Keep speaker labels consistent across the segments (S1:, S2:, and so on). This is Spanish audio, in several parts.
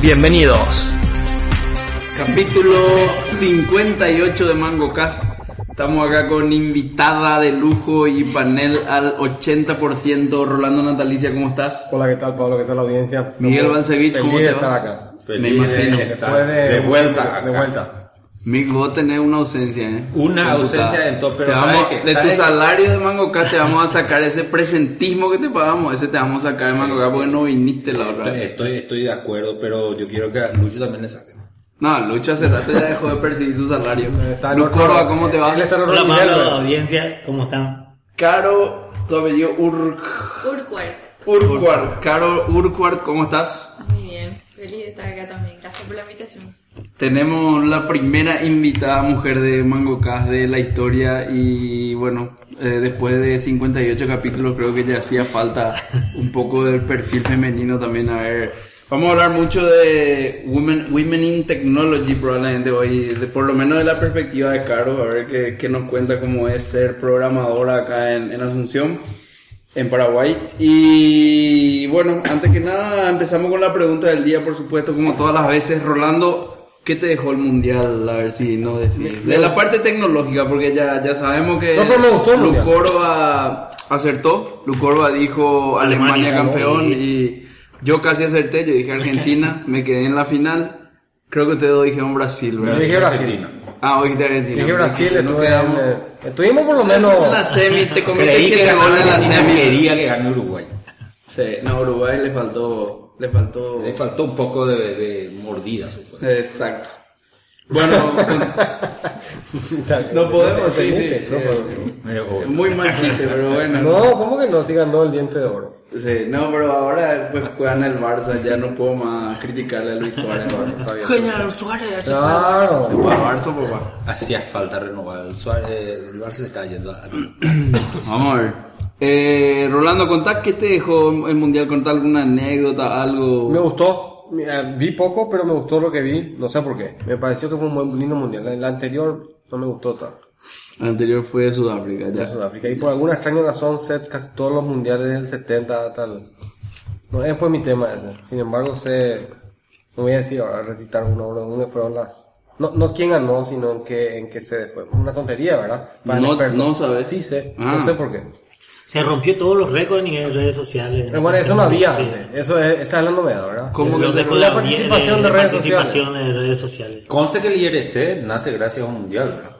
S1: Bienvenidos.
S2: Capítulo 58 de Mango Cast. Estamos acá con invitada de lujo y panel al 80%. Rolando Natalicia, ¿cómo estás?
S3: Hola, ¿qué tal, Pablo? ¿Qué tal la audiencia?
S2: Miguel
S3: No,
S2: Balcevich,
S3: feliz
S2: ¿cómo
S3: de
S2: te va?
S3: estar acá.
S2: Me
S4: Feliz
S2: imagino.
S4: de
S3: Después
S4: estar de vuelta acá.
S3: De vuelta.
S2: Mick, vos tenés una ausencia, ¿eh?
S4: Una
S2: Computada.
S4: ausencia en todo, pero
S2: Te
S4: ¿sabes
S2: vamos-
S4: qué?
S2: de tu
S4: ¿sabes qué?
S2: salario de Mango Cast te vamos a sacar ese presentismo que te pagamos. Ese te vamos a sacar de Mango Cast porque no viniste la otra vez.
S4: Estoy, estoy de acuerdo, pero yo quiero que a Lucho también le saquen.
S2: No, Lucho hace rato ya dejó de percibir su salario.
S3: Está en
S2: Luis
S3: otro-
S2: Corba, ¿cómo te va?
S3: Él está en otro
S5: Hola
S3: nivel,
S5: Pablo,
S3: güey.
S5: audiencia, ¿cómo están?
S2: Caro, tu apellido Ur-
S6: Urquart.
S2: Urquhart. Caro Urquhart, ¿cómo estás?
S6: Muy bien, feliz de estar acá también. Gracias por la invitación.
S2: Tenemos la primera invitada mujer de Mango Cast de la historia y bueno, eh, después de 58 capítulos creo que ya hacía falta un poco del perfil femenino también. A ver, vamos a hablar mucho de Women, women in Technology probablemente hoy, de- por lo menos de la perspectiva de Caro, a ver qué, qué nos cuenta cómo es ser programadora acá en, en Asunción. En Paraguay. Y bueno, antes que nada, empezamos con la pregunta del día, por supuesto, como todas las veces. Rolando, ¿qué te dejó el mundial? A ver si no decís. De la parte tecnológica, porque ya, ya sabemos que
S3: No, pero me gustó el Mundial.
S2: Lucorba acertó. Lucorba dijo Alemania,
S5: Alemania ganó.
S2: campeón y yo casi acerté. Yo dije Argentina, me quedé en la final. Creo que ustedes dos dijeron Brasil,
S3: Yo
S2: ¿verdad?
S3: dije Brasil.
S4: Argentina.
S2: Ah, hoy de Argentina.
S3: Dije Brasil,
S2: No
S3: estuve
S2: quedamos.
S3: en, eh, estuvimos por lo menos...
S2: En la semi, te comiste
S4: Creí que
S2: siete
S4: ganó
S2: goles en la
S4: Argentina,
S2: semi.
S4: quería que ganó Uruguay.
S2: Sí, no, a Uruguay le faltó. Le faltó.
S4: Le faltó un poco de, de mordida, supongo.
S2: Exacto. Bueno,
S3: No
S2: podemos, sí, sí.
S3: No, podemos.
S4: Mira, oh,
S2: muy mal chiste, pero bueno.
S3: No, ¿cómo que no? Si ganó el diente de oro.
S2: Sí, no, pero ahora pues juegan el Barça, ya no puedo más criticarle a Luis Suárez. Está bien.
S3: Claro.
S2: Va, Barça, papá.
S4: Hacía falta renovar. El, Suárez, el Barça se estaba yendo a...
S2: Vamos a ver. Eh, Rolando, contá qué te dejó el mundial, contá alguna anécdota, algo.
S3: Me gustó. Mira, Vi poco, pero me gustó lo que vi. No sé por qué. Me pareció que fue un buen lindo mundial. El anterior no me gustó tanto.
S2: El anterior fue de Sudáfrica,
S3: de
S2: ya.
S3: Sudáfrica. Y por alguna extraña razón, sé casi todos los mundiales del 70 tal. No, ese fue mi tema ese. Sin embargo, sé, no voy a decir ahora, recitar uno ahora, dónde fueron las... No, no quién ganó, sino en qué, en qué sede fue. Una tontería, ¿verdad? el
S2: No-
S3: experto.
S2: no sabes.
S3: Sí sé,
S2: Ah.
S3: no sé por qué.
S5: Se rompió todos los récords en nivel de redes sociales.
S3: Pero Eh, bueno, eso no había
S5: Sí.
S3: antes. Eso es, esa es la novedad, ¿verdad?
S2: ¿Cómo que
S5: Los
S2: se-
S5: récords
S3: la
S5: de audi-
S3: participación de redes
S5: participación de redes sociales.
S4: Conste que el IRC nace gracias a un mundial, ¿verdad?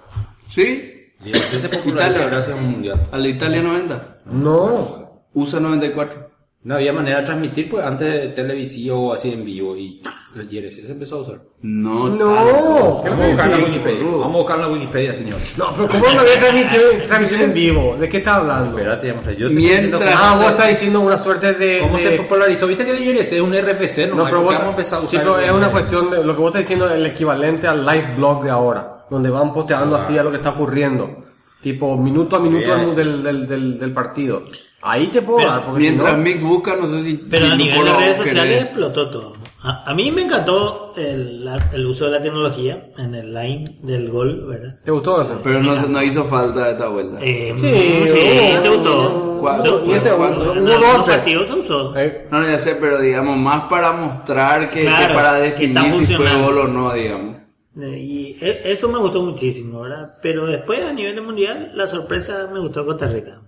S2: ¿Sí?
S4: El IRC se populariza
S2: Italia.
S4: gracias a un mundial.
S2: Al Italia 90.
S3: No.
S2: USA 94.
S4: No había manera de transmitir, pues antes de televisivo o así en vivo. Y el IRC se empezó a usar.
S2: No,
S5: Ah,
S3: No. ¿Qué
S4: Vamos a
S3: me
S4: buscar la
S3: decís?
S4: Wikipedia. Vamos a buscar la Wikipedia, señor.
S3: No, pero ¿cómo no había transmisión, transmisión en vivo? ¿De qué estás hablando?
S4: Espérate, ya me sé, yo te
S2: Mientras-
S4: estoy diciendo
S3: Ah, vos estás diciendo una suerte de...
S4: cómo, cómo se
S3: de-
S4: popularizó. Viste que el IRC es un RFC, Eh, no,
S3: No, pero vos-
S4: hemos empezado a
S3: sí,
S4: usar.
S3: pero es una cuestión de lo que vos estás diciendo es el equivalente al live blog de ahora, donde van posteando así a lo que está ocurriendo, tipo minuto a minuto
S4: Bien,
S3: del,
S4: sí.
S3: del, del, del partido. Ahí te puedo
S5: Pero
S3: dar, porque
S2: Mientras
S3: si no,
S2: Mix busca, no sé si.
S5: Pero
S2: si
S5: a nivel de
S2: Lucoro
S5: redes
S2: querés.
S5: sociales explotó todo. A, a mí me encantó el, la- el uso de la tecnología en el line del gol, ¿verdad?
S3: ¿te gustó eso?
S2: Pero no, no hizo falta esta vuelta.
S5: Eh,
S3: Sí, hubo-
S5: se usó.
S2: ¿Cuál?
S5: Se usó.
S2: Y ese-
S3: hubo-
S5: En
S3: hubo
S5: algunos
S3: otros.
S5: partidos se usó.
S3: Eh,
S2: No, no, ya sé, pero digamos, más para mostrar que,
S5: Claro,
S2: que para
S5: que está
S2: definir si fue
S5: funcionando.
S2: gol o no, digamos.
S5: Eh, Y e- eso me gustó muchísimo, ¿verdad? Pero después a nivel de mundial, la sorpresa me gustó Costa Rica.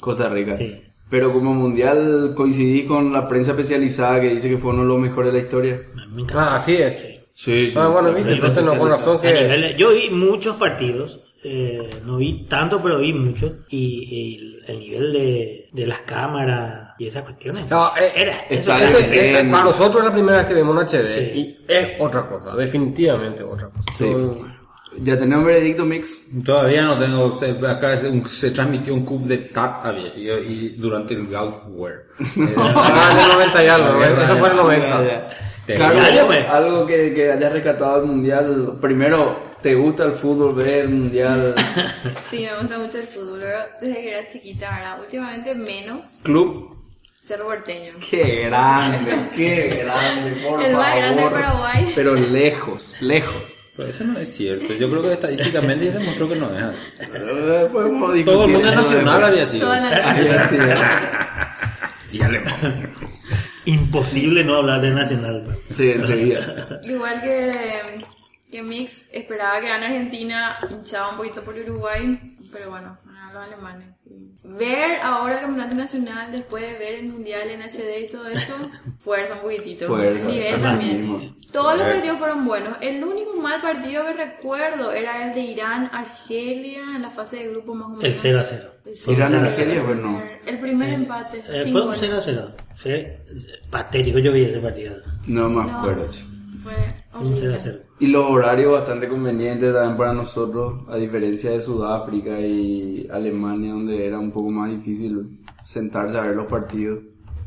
S2: Costa Rica.
S5: Sí.
S2: Pero como mundial coincidí con la prensa especializada que dice que fue uno de los mejores de la historia.
S5: Me encantó.
S3: ah, así es.
S2: Sí,
S3: Ah, bueno, viste,
S5: Sí,
S3: entonces no, con razón
S5: A
S3: que...
S5: nivel- yo vi muchos partidos, eh, no vi tanto, pero vi muchos. Y el, el nivel de, de las cámaras y esas cuestiones.
S3: No, eh,
S5: era, eso
S2: está
S5: era
S2: bien,
S5: perfecto.
S3: Este,
S2: eh,
S3: para nosotros es la primera vez que vemos un HD
S5: Sí.
S3: y es otra cosa, definitivamente otra cosa.
S2: Sí. Ya tenés un veredicto, Mix.
S4: Todavía no tengo. se- Acá se, un- se transmitió un cup de ah, TAT había sido y durante el Gulf War. Eh,
S3: Ah, en el 90 y algo, ¿eh? eso fue en el 90.
S2: Ya, ya.
S4: Te-
S2: Carlos,
S5: Ya, ya fue.
S2: algo que, que hayas rescatado del mundial. Primero, ¿te gusta el fútbol? ¿Ves el mundial?
S6: Sí, me gusta mucho el fútbol, pero desde que era chiquita, ¿verdad? Últimamente menos
S2: Club.
S6: Cerro Porteño.
S2: Qué grande, qué grande, por
S6: El más grande de
S2: favor.
S6: Paraguay.
S2: Pero lejos, lejos.
S4: Pero eso no es cierto. Yo creo que estadísticamente ya se mostró que no es así.
S2: Eh, podemos discutir
S4: Todo el mundo
S2: eso
S4: nacional había
S2: después.
S4: sido.
S6: Toda la
S2: Había sido.
S4: Y alemán.
S5: Imposible no hablar de Nacional. bro.
S2: Sí, enseguida.
S6: Igual que, que Mix, esperaba que gane Argentina, hinchaba un poquito por Uruguay, pero bueno, ganaron los alemanes. Ver ahora el campeonato nacional después de ver el mundial en HD y todo eso, fuerza un poquitito.
S2: Fuerza,
S6: Nivel
S2: fuerza
S6: también.
S2: mismo.
S6: Todos los partidos fueron buenos. El único mal partido que recuerdo era el de Irán-Argelia en la fase de grupo más o menos.
S5: El 0 a 0.
S6: El cero
S2: Irán
S6: a
S2: en
S6: cero.
S2: Argelia, bueno.
S6: El primer empate.
S5: Eh,
S6: sin
S5: fue un
S6: goles.
S5: 0 a 0. Fue patético. Yo vi ese partido.
S2: No me
S6: No,
S2: acuerdo.
S6: Fue
S5: Un 0 a
S6: horrible.
S5: 0.
S2: Y los horarios bastante convenientes también para nosotros, a diferencia de Sudáfrica y Alemania, donde era un poco más difícil sentarse a ver los partidos.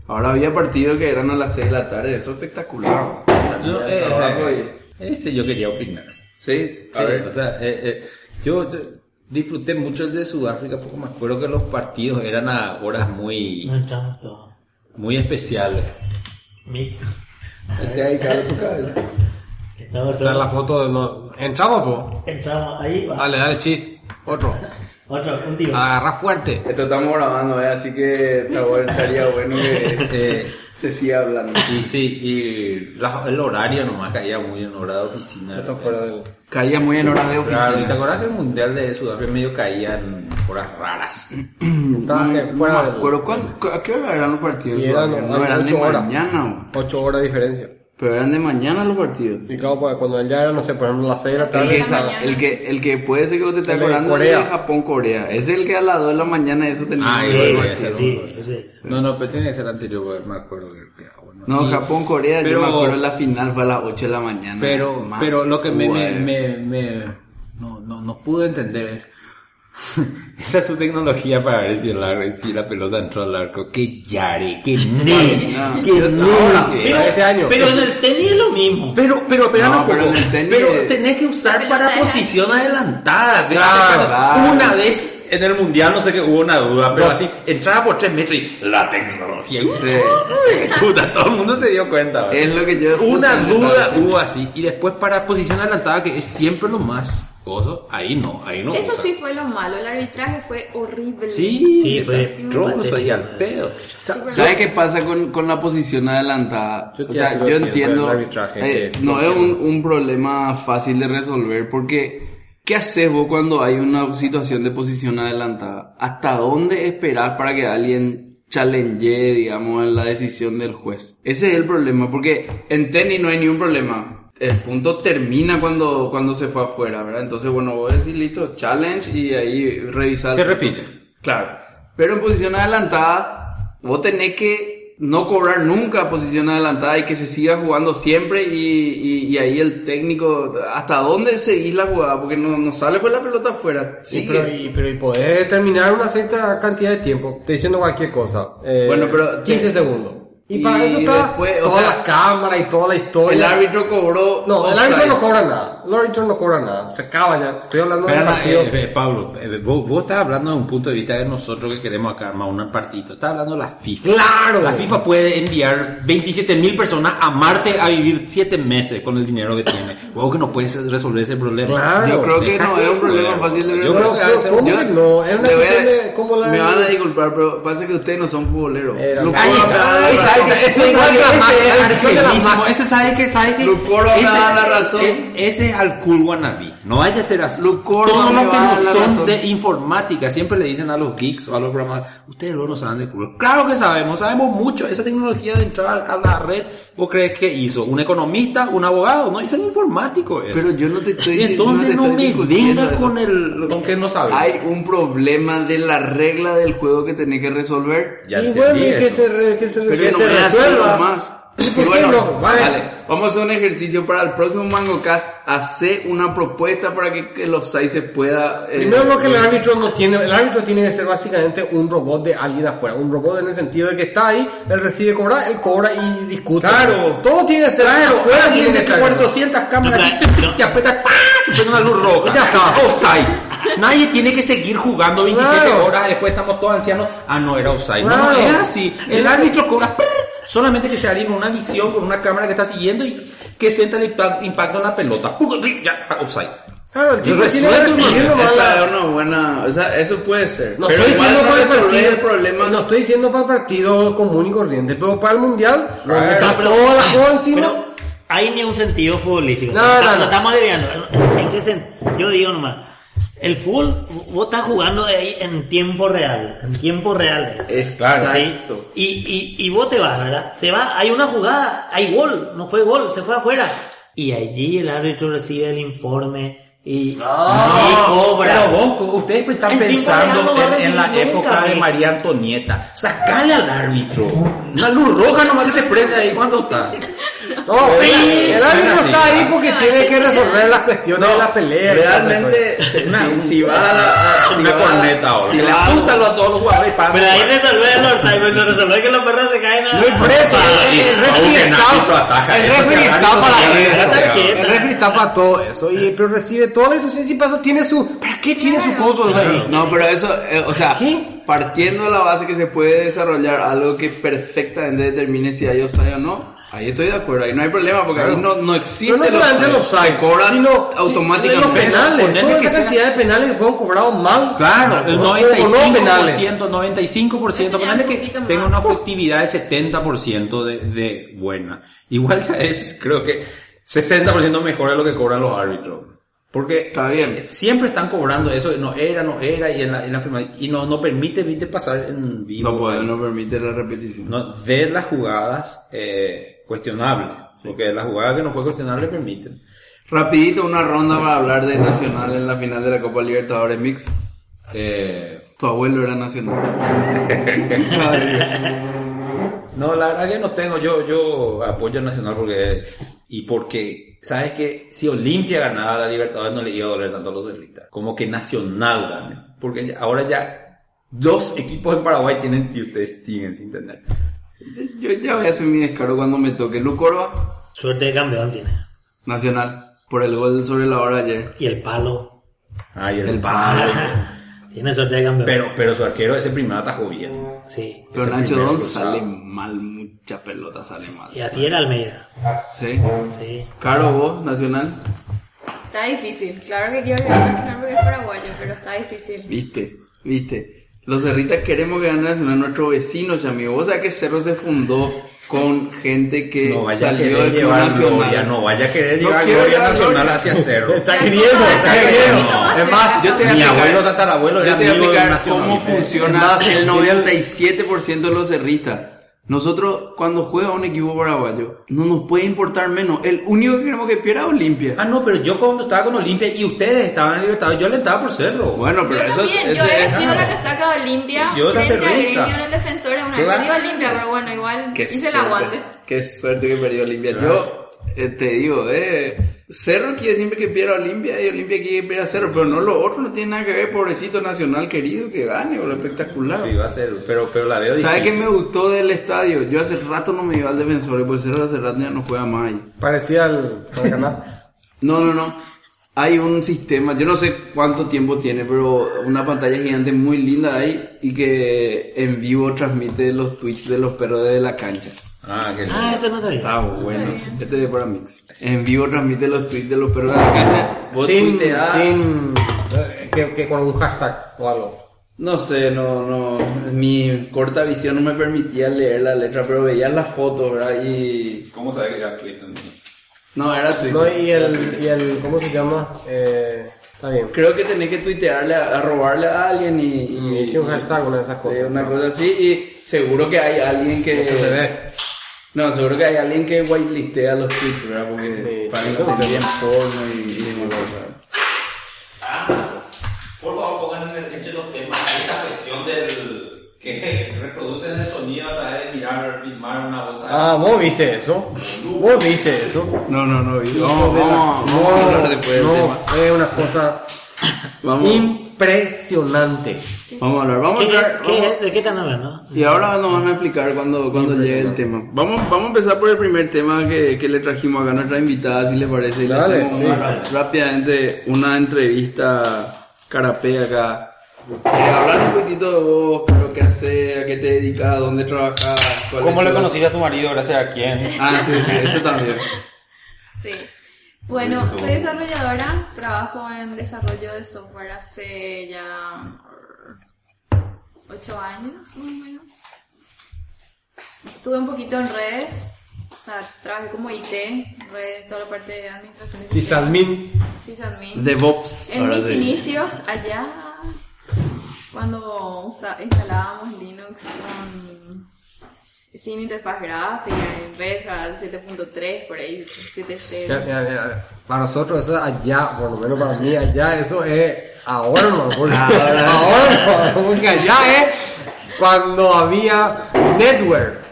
S2: Ahora había partidos que eran a las 6 de la tarde, eso es espectacular.
S4: No, eh,
S2: Había trabajo y-
S4: ese yo quería opinar.
S2: Sí,
S4: A ver, o sea, eh, eh, yo yo disfruté mucho el de Sudáfrica porque me acuerdo que los partidos eran a horas muy,
S5: No entramos todos.
S4: muy especiales.
S5: Mi-
S2: Te ahí, Carlos, tu cabeza.
S5: Estamos
S3: Está la
S5: todos.
S3: foto de los... Entramos, po.
S5: Entramos ahí. va.
S3: Dale, dale, chis. Otro.
S5: Otro, un tiro.
S3: Agarra fuerte.
S2: Esto estamos grabando, ¿eh? así que está bueno, estaría bueno que
S4: Eh,
S2: se siga hablando.
S4: y sí, y la- el horario nomás caía muy en hora de oficina.
S3: Esto fuera del...
S2: Caía muy en horas de
S4: Claro, ¿y ¿Te
S2: oficina.
S4: acuerdas que el mundial de Sudáfrica medio caía en horas raras?
S3: Estaba que
S2: No me
S3: fuera del...
S2: acuerdo, ¿cuán- cu- ¿a qué hora eran los partidos?
S3: Y eran,
S2: no eran de
S3: 8 horas.
S2: mañana, bro.
S3: 8 horas de diferencia.
S2: pero eran de mañana los partidos.
S3: Y claro, porque cuando ya era, no sé, por ejemplo, las 6 de la
S6: Seis
S2: El
S6: de
S2: que,
S6: la
S3: tarde.
S2: esa-
S6: mañana.
S2: el que, el que puede ser que vos te estés
S3: El de
S2: acordando es
S3: Corea.
S2: de Japón-Corea. Es el que a las 2 de la mañana eso tenía.
S4: Ah,
S2: que
S4: y
S2: ser.
S4: bueno,
S5: Sí,
S4: ya se
S5: sí,
S4: acordó.
S5: ese.
S4: No, no, pero tenía que ser anterior, porque me acuerdo que... que, ah, bueno.
S2: no,
S4: Y-
S2: Japón-Corea,
S4: pero-
S2: yo me acuerdo la final fue a las 8 de la mañana.
S4: Pero,
S2: Más
S4: pero lo que me, me,
S2: guay.
S4: me, me- no, no, no pude entender es... Esa es su tecnología para ver si, el ar- si la pelota entró al arco. ¡Qué yare! ¡Qué ne!
S2: No.
S4: ¡Qué ne!
S5: Pero,
S3: este año.
S5: pero en el tenis es lo mismo.
S4: Pero, pero, espera
S2: No,
S4: un poco.
S2: pero en el tenis-
S4: Pero tenés que usar
S6: Pero
S4: para
S6: está-
S4: posición adelantada. Tenés
S2: Claro,
S4: que-
S2: claro.
S4: Una vez en el mundial, no sé qué, hubo una duda, pero así, entraba por tres metros y la tecnología. Y- Puta, todo el mundo se dio cuenta. ¿verdad?
S2: Es lo que yo.
S4: Una
S2: justamente
S4: duda
S2: estaba diciendo.
S4: hubo así. Y después para posición adelantada, que es siempre lo más gozo, ahí no, ahí no.
S6: Eso
S4: goza.
S6: sí fue lo malo, el arbitraje fue horrible.
S4: Sí,
S5: Sí, fue
S4: desastroso ahí al pedo.
S2: ¿Sabes qué pasa con, con la posición adelantada?
S3: Yo te
S2: o sea,
S3: hace lo
S2: yo
S3: que
S2: entiendo.
S3: fue el arbitraje,
S2: eh,
S3: que-
S2: no es un, un problema fácil de resolver porque. ¿Qué haces vos cuando hay una situación de posición adelantada? ¿Hasta dónde esperar para que alguien challenge, digamos, en la decisión del juez? Ese es el problema, porque en tenis no hay ningún problema. El punto termina cuando, cuando se fue afuera, ¿verdad? Entonces, bueno, vos decís, listo, challenge y ahí revisar.
S4: Se repite.
S2: Claro. Pero en posición adelantada, vos tenés que no cobrar nunca posición adelantada y que se siga jugando siempre y, y- y ahí el técnico, ¿hasta dónde seguís la jugada? Porque no, no sale pues la pelota afuera.
S3: Sí,
S2: Sigue.
S3: pero, y, pero y podés determinar una cierta cantidad de tiempo. Te diciendo cualquier cosa. Eh,
S2: Bueno, pero-
S3: 15 segundos. Y,
S2: Y
S3: para eso está
S2: después, o
S3: toda
S2: sea,
S3: la cámara y toda la
S2: el
S3: historia.
S2: árbitro cobró.
S3: No, el
S2: offside.
S3: árbitro no cobra nada. El árbitro no cobra nada. Se acaba ya. Estoy hablando de
S4: Espera,
S3: partido.
S4: eh, eh, Pablo, eh, vos, vos estás hablando de un punto de vista de nosotros que queremos acá armar un partidito. Estás hablando de la FIFA.
S3: ¡Claro!
S4: La FIFA puede enviar 27.000 personas a Marte a vivir 7 meses con el dinero que tiene. Vos que no puedes resolver ese problema.
S3: Claro.
S2: Yo creo que
S4: Déjate
S2: no es un problema
S4: joder.
S2: fácil de
S4: Yo creo que
S3: Pero,
S4: hace-
S3: ¿cómo
S2: yo-
S3: que no? Es una
S2: le voy a-
S3: cuestión de cómo la.
S2: Me van a disculpar, pero pasa que ustedes no son futboleros.
S3: Era-
S2: Lucoro
S4: Ay,
S2: me va a dar
S4: ay,
S2: la
S4: sabe
S2: razón.
S4: que ese
S3: Ese
S4: sabe
S3: es
S4: que es
S3: el arquero de la
S4: argelísimo,
S3: maca.
S4: Ese sabe que sabe que
S2: Lucoro me
S4: ese-
S2: da la razón.
S4: e- Ese es al cool wannabe. No vaya a ser así.
S2: Lucoro
S4: Todos
S2: me
S4: los que
S2: va a
S4: no
S2: dar la
S4: son
S2: razón.
S4: de informática siempre le dicen a los geeks o a los programas, ustedes luego no saben de fútbol. Claro que sabemos, sabemos mucho. Esa tecnología de entrar a la red, ¿vos crees que hizo? ¿Un economista? ¿Un abogado? No, hizo un informático. eso.
S2: Pero yo no te estoy
S4: Y entonces
S2: te
S4: no,
S2: estoy
S4: me
S2: discutiendo
S4: venga
S2: eso.
S4: con el con que no sabe.
S2: Hay un problema de la regla del juego que tenés que resolver.
S4: ya
S3: y
S4: entendí
S3: bueno, y que
S4: eso.
S3: se, re- que se,
S2: Pero
S3: que
S2: no
S3: se
S2: voy a hacerlo
S3: resuelva.
S2: más.
S3: por qué no? Vale.
S2: Vale, vamos a hacer un ejercicio para el próximo MangoCast. Hacer una propuesta para que, que el offside se pueda. eh,
S3: Primero lo que el árbitro no tiene, el árbitro tiene que ser básicamente un robot de alguien afuera, un robot en el sentido de que está ahí, él recibe cobrar, él cobra y discute.
S4: Claro.
S3: todo tiene que ser
S4: Claro,
S3: afuera,
S4: ahora Ah, tiene que
S3: estar.
S4: 400 cámaras
S5: No,
S4: y
S5: pero- no.
S4: te apretas, ¡pah! se prende una luz roja.
S3: Ya está.
S4: Offside. Nadie tiene que seguir jugando 27
S3: Claro.
S4: horas, después estamos todos ancianos. Ah, no, era offside. No,
S3: Claro.
S4: no, era así. El árbitro cobra, ¡prr! solamente que sea alguien con una visión, con una cámara que está siguiendo y que sienta el impa- impacto en la pelota. ¡Pum! Ya, offside.
S3: Claro, el tipo tiene que
S4: Resuelto,
S3: recibir
S4: no,
S3: nomás
S2: Esa
S3: la-
S2: es una buena. O sea, eso puede ser.
S3: No
S2: Pero
S3: estoy
S2: igual
S3: diciendo
S2: no
S3: para el
S2: resolver
S3: partido
S2: el problema.
S3: No estoy diciendo para el partido común y corriente, pero para el mundial, donde
S4: Claro,
S3: está toda la joda encima.
S5: Pero hay ni un sentido futbolístico.
S3: No,
S5: No,
S3: no, no.
S5: estamos debiendo. ¿En qué sen- Yo digo nomás. El fútbol, vos estás jugando ahí en tiempo real. En tiempo real.
S2: Exacto.
S5: ¿sí? Y, y, y vos te vas, ¿verdad? Te vas, hay una jugada, hay gol, no fue gol, se fue afuera. Y allí el árbitro recibe el informe y, y Ah, cobra.
S4: Pero vos, ustedes pues están
S5: El tipo
S4: pensando
S5: Alejandro
S4: en,
S5: Barros
S4: en la
S5: nunca,
S4: época de
S5: eh.
S4: María Antonieta. Sacale al árbitro. Una luz roja nomás que se prende ahí cuando está.
S3: No,
S4: Sí,
S3: el árbitro
S4: suena así.
S3: está ahí porque tiene que resolver las cuestiones de la pelea. y todas esas cosas.
S2: Realmente, se-
S4: Una-
S2: si, si va a la. a- si
S4: una
S2: va-
S4: corneta ahora.
S2: Si
S4: Que le
S2: va-
S4: asúntalo a todos los jugadores para
S5: Pero ahí resolver el offside, pero no resolver que los perros se caen a
S3: pues. No hay preso, el- el refri está- el refri está
S5: eso,
S3: para
S5: cabrón.
S3: eso. El refri está para todo eso, y, pero recibe toda la instrucción. Si pasa, tiene su. ¿Para qué tiene su
S6: Claro.
S3: coso ahí?
S2: No, pero eso, eh, o sea,
S3: ¿Qué?
S2: partiendo de la base que se puede desarrollar algo que perfectamente determine si hay offside o no, ahí estoy de acuerdo, ahí no hay problema, porque ahí no, no existe
S3: Pero no
S2: el
S3: solamente
S2: offside,
S3: los offside,
S2: se cobra
S3: sino
S2: automáticamente.
S3: los penales.
S4: Ponerle
S3: Toda
S4: que
S3: esa
S4: sea-
S3: cantidad de penales que fueron cobrados mal.
S4: Claro, el
S3: O no penales.
S4: 95%, 95%,
S6: Enseñar
S4: ponele
S6: un
S4: que
S6: poquito más.
S4: tenga una efectividad de 70% de, de buena. Igual ya es, creo que 60% mejor de lo que cobran los árbitros. Porque
S2: Está bien.
S4: siempre están cobrando eso, no era, no era, y en la, en la firma- y no, no permite viste, pasar en vivo
S2: No puede,
S4: ahí,
S2: no permite la repetición.
S4: ¿no? de las jugadas eh, cuestionables. Porque las jugadas que no fue cuestionable permiten.
S2: Rapidito, una ronda para hablar de Nacional en la final de la Copa Libertadores Mix.
S4: Eh,
S2: Tu abuelo era Nacional.
S4: No, la verdad que no tengo. Yo, yo apoyo al Nacional porque. Y porque, ¿sabes que Si Olimpia ganaba la Libertadores no le iba a doler tanto a los solistas. Como que Nacional gane. Porque ya- ahora ya dos equipos en Paraguay tienen, si ustedes siguen sin tener.
S2: Yo ya voy a hacer mi descaro cuando me toque Lucorba,
S5: Suerte de campeón tiene.
S2: Nacional, por el gol sobre la hora ayer.
S5: Y el palo.
S4: Ay, el,
S2: El
S4: palo.
S5: Tiene suerte de campeón.
S4: Pero, pero su arquero, ese primero atajó bien.
S5: Sí.
S2: Pero
S4: Ese
S2: Nacho
S4: primero
S2: Don
S4: cruzado.
S2: sale mal, mucha pelota sale mal.
S5: Y así era Almeida.
S2: Sí.
S5: Sí.
S2: Caro vos, Nacional.
S6: Está difícil. Claro que quiero que gane Nacional porque es paraguayo, pero está difícil.
S2: Viste, viste. Los cerritas queremos que gane Nacional nuestros vecinos, amigo. Vos sabés que Cerro se fundó con gente que
S4: No vaya a
S2: Eh, salió
S4: querer
S2: del Club
S4: llevar
S2: Nacional.
S4: gloria, no vaya a querer
S2: No
S4: llevar
S2: quiero
S4: gloria
S2: llevar
S4: nacional
S2: gloria.
S4: hacia cerro.
S6: Está queriendo,
S4: está queriendo.
S2: Es más, yo te voy a
S4: Mi
S2: explicar-
S4: abuelo, tatarabuelo, era
S2: yo te voy a
S4: amigo de
S2: explicar
S4: Nacional.
S2: cómo funciona el 97% de los cerristas. Nosotros, cuando juega un equipo paraguayo, no nos puede importar menos. El único que queremos que pierda es Olimpia.
S4: Ah, no, pero yo cuando estaba con Olimpia y ustedes estaban en Libertadores, yo le estaba por serlo.
S2: Bueno, pero
S6: yo
S2: eso
S6: también, yo
S2: ese
S6: eh, he
S2: es-
S6: vestido la casaca de Olimpia
S4: Yo era
S6: frente a
S4: cerrista.
S6: Gremio en el defensor en una
S4: Claro.
S6: claro. Olimpia, pero bueno, igual
S2: Qué
S6: hice el
S2: suerte,
S6: aguante.
S2: Qué suerte que perdió Olimpia. Yo eh, te digo, eh, Cerro quiere siempre que pierda Olimpia y Olimpia quiere que pierda Cerro, pero no lo otro no tiene nada que ver, pobrecito Nacional querido, que gane, bro, espectacular.
S4: Sí, va a ser, pero, pero la veo difícil.
S2: ¿Sabes qué me gustó del estadio? Yo hace rato no me iba al defensor, pues Cerro hace rato ya no juega más ahí.
S3: Parecía el. Maracaná.
S2: No, no, no. Hay un sistema, yo no sé cuánto tiempo tiene, pero una pantalla gigante muy linda ahí y que en vivo transmite los tweets de los perros de la cancha.
S4: Ah, qué lindo.
S5: Ah, eso no sabía.
S2: Está bueno, este es para Mix. En vivo transmite los tweets de los perros de la cancha. Vos
S3: sin,
S2: tuiteás-
S3: sin eh, que, que con un hashtag o algo.
S2: No sé, no, no. Mi corta visión no me permitía leer la letra, pero veía las fotos, ¿verdad? Y.
S4: ¿Cómo sabes que era Twitter?
S2: No, era Twitter.
S3: No, y el, y el ¿cómo se llama? Eh, está bien.
S2: Creo que tenés que tuitearle, a, a robarle a alguien y.
S3: Mm, Y hice un hashtag, una de esas cosas.
S2: sí, una cosa así, y seguro que hay alguien que.
S3: Eso se ve.
S2: No, seguro que hay alguien que whitelistea los tweets, ¿verdad? Porque
S3: Sí,
S2: para que
S3: sí,
S2: no
S3: no.
S2: te vean porno y, y demás cosas.
S4: Por favor, pongan entre los temas esta cuestión del que reproducen el sonido a través de mirar, filmar una bolsa.
S7: Ah, vos viste eso. Vos viste eso.
S2: No, no, no. y Vamos, vamos, vamos a hablar después del
S7: no,
S2: tema.
S7: es una cosa
S2: Vamos,
S7: impresionante.
S2: vamos a hablar. Vamos a
S5: ¿Qué es?
S2: hablar.
S5: ¿Qué
S2: vamos-
S5: es? ¿De qué están hablando?
S2: Y ahora nos van a explicar cuando, cuando llegue el tema. Vamos, vamos a empezar por el primer tema que, que le trajimos acá a nuestra invitada, si les parece. Y le
S7: Dale,
S2: hacemos
S7: sí.
S2: una- rápidamente una entrevista carapé acá. Eh, hablar un poquitito de vos, qué es lo que haces, a qué te dedicas, dónde trabajas. cuál
S4: ¿Cómo
S2: es
S4: le
S2: tu-
S4: conociste a tu marido? Gracias a quién.
S2: Ah, sí, sí, eso también.
S6: Sí. Bueno, soy desarrolladora, trabajo en desarrollo de software hace ya ocho años, más o menos. Estuve un poquito en redes, o sea, trabajé como IT, redes, toda la parte de administración. de sistemas.
S7: Cisalmin.
S6: Sysadmin.
S2: DevOps.
S6: En
S2: ahora
S6: mis
S2: sí.
S6: inicios, allá, cuando usa- instalábamos Linux con- sin interfaz gráfica, en Red Hat 7.3, por ahí, 7.0.
S3: Ya, ya, ya. Para nosotros eso es allá, por lo menos para mí allá eso es ahora, no, porque,
S2: Ah,
S3: ahora, no, porque allá es cuando había network.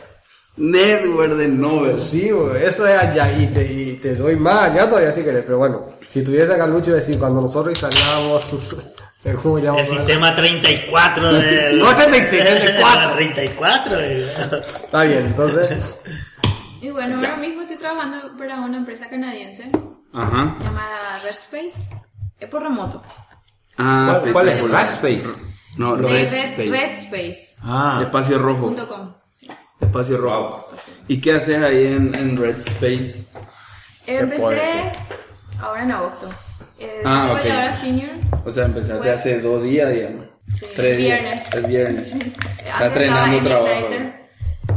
S2: Network de Nobel.
S3: Sí, güey, eso es allá y te, y te doy más allá todavía si querés, pero bueno, si tuviese acá Lucho iba a decir cuando nosotros instalábamos el juego ya
S5: El sistema 34 del...
S3: No,
S2: este
S3: 36, 34.
S5: 34. eh.
S3: Está bien, entonces,
S6: Y bueno, ahora mismo estoy trabajando para una empresa canadiense,
S2: Ajá.
S6: se llama Redspace, es por remoto.
S2: Ah,
S3: ¿Cuál- cuál es?
S2: espectacular.
S4: Rackspace.
S2: No,
S6: De
S2: Red,
S6: Red-
S2: Space.
S6: Redspace.
S4: Ah,
S2: Espacio rojo.
S6: punto com.
S2: Espacio rojo. ¿Y qué haces ahí en, en Red Space?
S6: Empecé ahora en agosto. Eh,
S2: Ah, ok.
S6: desarrolladora senior.
S2: O sea, empezaste
S6: Pues-
S2: hace dos días, digamos.
S6: Sí,
S2: Tres
S6: el
S2: días.
S6: viernes.
S2: El viernes. Está
S6: Antes estaba
S2: entrenando
S6: en
S2: trabajo.
S6: Igniter.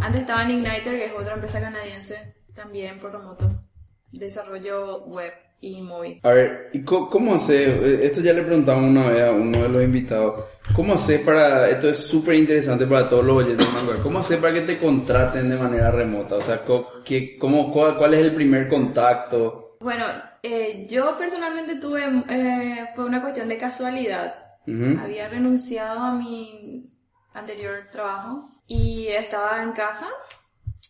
S6: Antes estaba en Igniter, que es otra empresa canadiense, también por remoto. Desarrollo web y móvil.
S2: A ver, ¿y co- cómo haces? Eh, Esto ya le preguntamos una vez a uno de los invitados. ¿Cómo haces para, esto es súper interesante para todos los oyentes de Mango, ¿cómo haces para que te contraten de manera remota? O sea, co- qué- cómo, cuál, cuál es el primer contacto?
S6: Bueno, eh, yo personalmente tuve, eh, fue una cuestión de casualidad.
S2: Ujú.
S6: Había renunciado a mi anterior trabajo y estaba en casa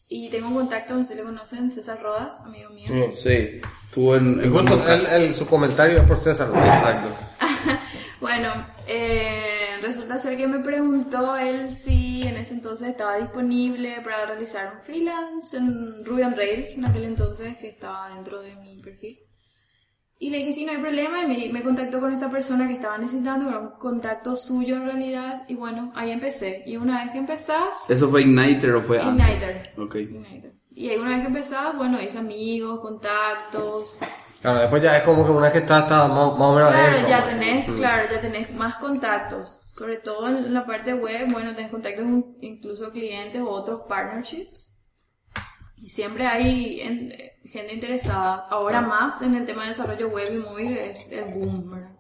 S6: y tengo un contacto, no sé si lo conocen, César Rodas, amigo mío.
S2: Sí, tú en... en
S3: justo
S2: Mango
S3: el-
S2: Cast.
S3: el- su comentario es por César. güey.
S2: Exacto.
S6: Bueno, eh, resulta ser que me preguntó él si en ese entonces estaba disponible para realizar un freelance en Ruby on Rails, en aquel entonces que estaba dentro de mi perfil. Y le dije, sí, no hay problema, y me, me contactó con esta persona que estaba necesitando, era un contacto suyo en realidad, y bueno, ahí empecé. Y una vez que empezás,
S2: ¿Eso fue Igniter o fue antes?
S6: Igniter.
S2: Ok.
S6: Igniter. Y ahí una vez que empezás, bueno, hice amigos, contactos,
S3: Claro, después ya es como que una vez que está, está más, más o menos
S6: Claro,
S3: adentro,
S6: ya
S3: güey.
S6: tenés, claro, ya tenés más contactos, sobre todo en la parte web, bueno, tenés contactos in- incluso clientes o otros partnerships. Y siempre hay en- gente interesada. Ahora más en el tema de desarrollo web y móvil es el boom, ¿verdad?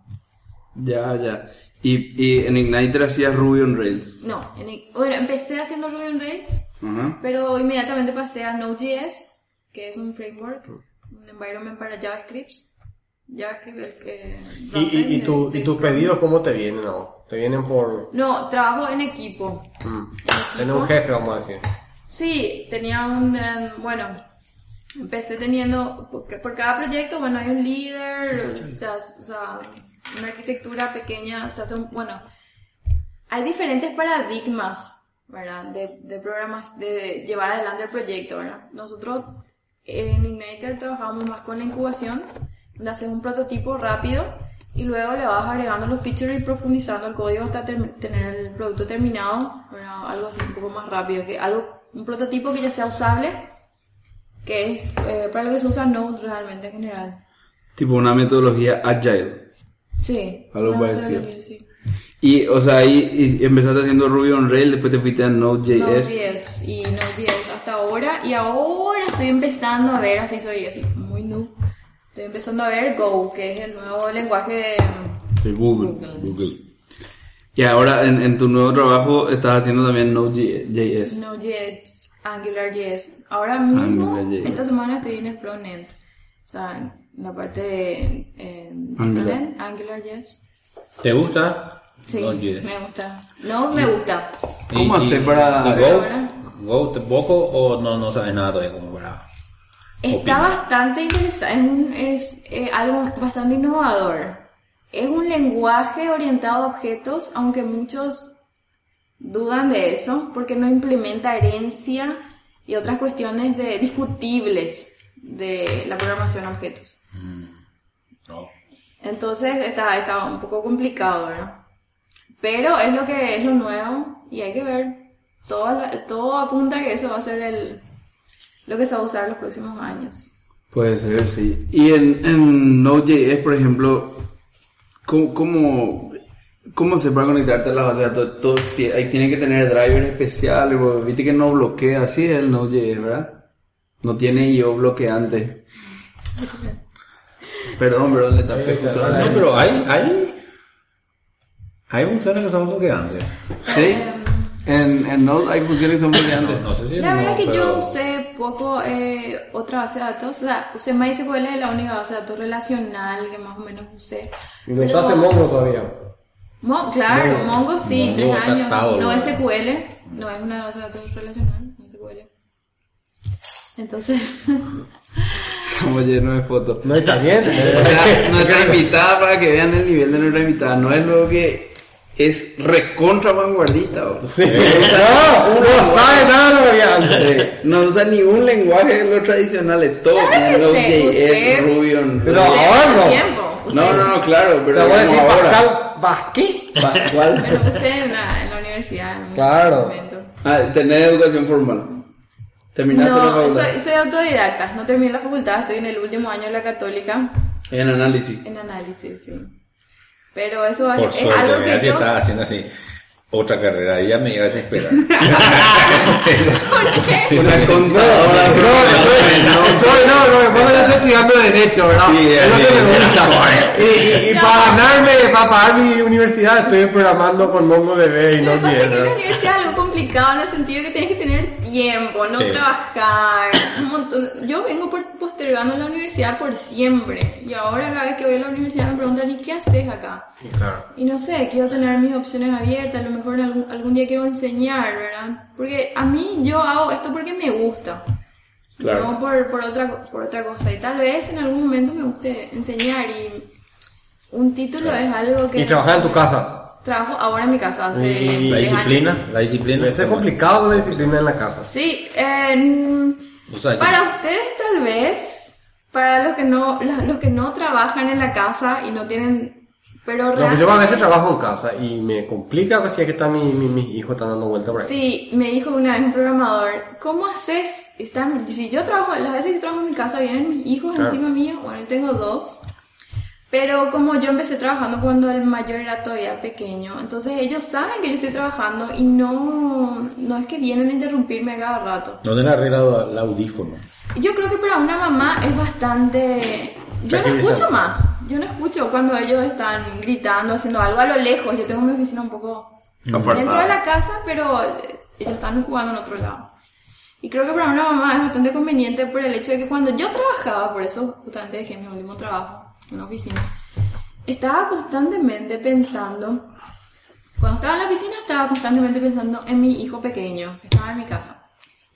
S2: Ya, ya. Y, y en Igniter hacías Ruby on Rails.
S6: No, en- bueno, empecé haciendo Ruby on Rails,
S2: Ajá.
S6: pero inmediatamente pasé a Node.js, que es un framework,
S3: Mm.
S6: un environment para JavaScript. JavaScript, el eh, que...
S7: pues.
S3: ¿Y, y, y, tu- y tus pedidos cómo te vienen? No? ¿Te vienen por...
S6: No, trabajo en equipo.
S3: Tener un jefe, vamos a decir.
S6: Sí, tenía un, eh, bueno, empecé teniendo, por, ca- por cada proyecto, bueno, hay un líder, se hace- o sea, una arquitectura pequeña, se hace un, bueno, hay diferentes paradigmas, ¿verdad? De, de programas, de, de llevar adelante el proyecto, ¿verdad? Nosotros en Igniter trabajamos más con la incubación, donde haces un prototipo rápido y luego le vas agregando los features y profundizando el código hasta ter- tener el producto terminado, ¿verdad? Algo así un poco más rápido, que algo, un prototipo que ya sea usable, que es eh, para lo que se usa Node realmente en general.
S2: Tipo una metodología agile.
S6: Sí.
S2: Algo
S6: una
S2: parecido.
S6: metodología, sí.
S2: Y, o sea, ahí y empezaste haciendo Ruby on Rails, después te fuiste a Node.js.
S6: Node.js y Node.js hasta ahora y ahora estoy empezando a ver, así soy así muy noob, estoy empezando a ver Go, que es el nuevo lenguaje de...
S2: De Google. Google. Y ahora en, en tu nuevo trabajo estás haciendo también Node.js.
S6: Node.js, AngularJS. Ahora mismo,
S2: AngularJS.
S6: esta semana estoy en el frontend, o sea, en la parte de eh,
S2: Angular.
S6: frontend, AngularJS.
S4: ¿te gusta?
S6: Sí,
S4: Node.js.
S6: me gusta. No, me gusta.
S2: ¿Cómo
S4: Y-
S2: hacer
S4: y-
S2: para-
S4: y Go? ¿Go te poco o no, no sabes nada todavía cómo para...?
S6: Está
S4: Opina.
S6: bastante interesante, es, un- es eh, algo bastante innovador. Es un lenguaje orientado a objetos, aunque muchos dudan de eso, porque no implementa herencia y otras cuestiones de, discutibles de la programación a objetos.
S4: Mm, No.
S6: Entonces está, está un poco complicado, ¿verdad? Pero es lo que es lo nuevo y hay que ver. Todo, todo apunta a que eso va a ser el, lo que se va a usar los próximos años.
S2: Puede ser, sí. Y en, en Node.js, por ejemplo, ¿cómo, cómo, cómo se para conectarte a las bases de datos? Todo ti- ahí tiene que tener driver especial, bo- viste que no bloquea, así es el Node.js, ¿verdad? No tiene IO bloqueante. perdón, perdón, le tapé justo a la-
S4: No, pero hay... hay... Hay funciones que son bloqueantes.
S2: ¿Sí? En, en Node hay funciones que son bloqueantes.
S4: No, no sé si...
S6: La verdad
S4: no,
S6: que yo
S4: pero-
S6: usé poco eh, otra base de datos, o sea, usé MySQL, es la única base de datos relacional que más o menos usé.
S3: Y no usaste Mongo todavía.
S6: Mo- claro, Mongo sí,
S4: Mongo
S6: tres
S4: está
S6: años.
S4: atado,
S6: no
S4: bro.
S6: SQL, no es una base de datos relacional, no SQL. Entonces,
S2: Estamos llenos de fotos.
S7: No está bien.
S2: O sea, nuestra invitada, para que vean el nivel de nuestra invitada, no es lo que es recontra vanguardista. bro.
S7: Sí. No, no sabe nada de lo que había antes.
S2: No usa ni un lenguaje de los tradicionales, todo
S6: Claro
S2: tiene
S6: que
S2: los
S6: sé, usé.
S2: JS, Ruby on
S7: Pero
S2: Rails.
S7: ahora
S6: hace
S7: no.
S6: tiempo. usé.
S2: No, no, no, claro,
S7: O
S2: pero
S7: sea, voy a
S2: como
S7: decir
S2: ahora.
S7: Pascal Basquí.
S2: Pascual.
S6: Pero usé en la, en la universidad. En
S7: Claro.
S6: Un momento.
S2: Ah, tener educación formal. Terminaste la
S6: No,
S2: facultad.
S6: soy, soy autodidacta, no terminé la facultad, estoy en el último año de la católica.
S2: En análisis.
S6: En análisis, sí. Pero eso
S4: Por
S6: es, es
S4: suerte,
S6: algo
S4: mira,
S6: que
S4: si
S6: yo...
S4: estaba haciendo así otra carrera, ella me iba a desesperar.
S6: ¿Por qué?
S2: Una
S7: No,
S2: contadora.
S7: estoy- estoy- no, no, vos no estoy estudiando Derecho, ¿verdad?
S4: Sí,
S7: es lo que
S4: bien,
S7: me
S4: bien.
S7: gusta. Y, y- y
S6: No.
S7: para ganarme, para pagar mi universidad, estoy programando con MongoDB y
S6: Lo que
S7: no
S6: pasa es que en la
S7: quiero.
S6: universidad es algo complicado en el sentido que tienes que tener tiempo, no
S4: Sí.
S6: trabajar, un montón. Yo vengo por- postergando la universidad por siempre y ahora cada vez que voy a la universidad me preguntan, ¿y qué haces acá? Y no sé, quiero tener mis opciones abiertas, a lo mejor en algún, algún día quiero enseñar, ¿verdad? Porque a mí yo hago esto porque me gusta.
S2: Claro.
S6: No por, por, otra, co- por otra cosa. Y tal vez en algún momento me guste enseñar y un título es algo que...
S7: Y trabajar en tu casa.
S6: Trabajo ahora en mi casa hace
S7: Y-
S4: La
S6: tres
S4: disciplina,
S6: años.
S4: la disciplina.
S7: Debe ser complicado la disciplina en la casa.
S6: Sí, eh,
S4: O sea,
S6: para ustedes tal vez, para los que no los, los que no trabajan en la casa y no tienen, pero
S7: No, pues
S6: realmente-
S7: yo a veces trabajo en casa y me complica pues, si es que está mi, mi, mis hijos están dando vuelta
S3: pues.
S7: por ahí.
S6: Sí, me dijo una vez un programador, ¿cómo haces? Están, si yo trabajo, las veces que trabajo en mi casa vienen mis hijos
S7: Claro.
S6: encima mío, bueno, yo tengo dos, pero como yo empecé trabajando cuando el mayor era todavía pequeño, entonces ellos saben que yo estoy trabajando y no, no es que vienen a interrumpirme a cada rato.
S4: No tiene arreglado el audífono.
S6: Yo creo que para una mamá es bastante... Yo no escucho más, yo no escucho cuando ellos están gritando, haciendo algo a lo lejos, yo tengo mi oficina un poco dentro de la casa, pero eh, ellos están jugando en otro lado. Y creo que para una mamá es bastante conveniente por el hecho de que cuando yo trabajaba, por eso justamente dejé mi último trabajo en una oficina, estaba constantemente pensando, cuando estaba en la oficina estaba constantemente pensando en mi hijo pequeño, que estaba en mi casa.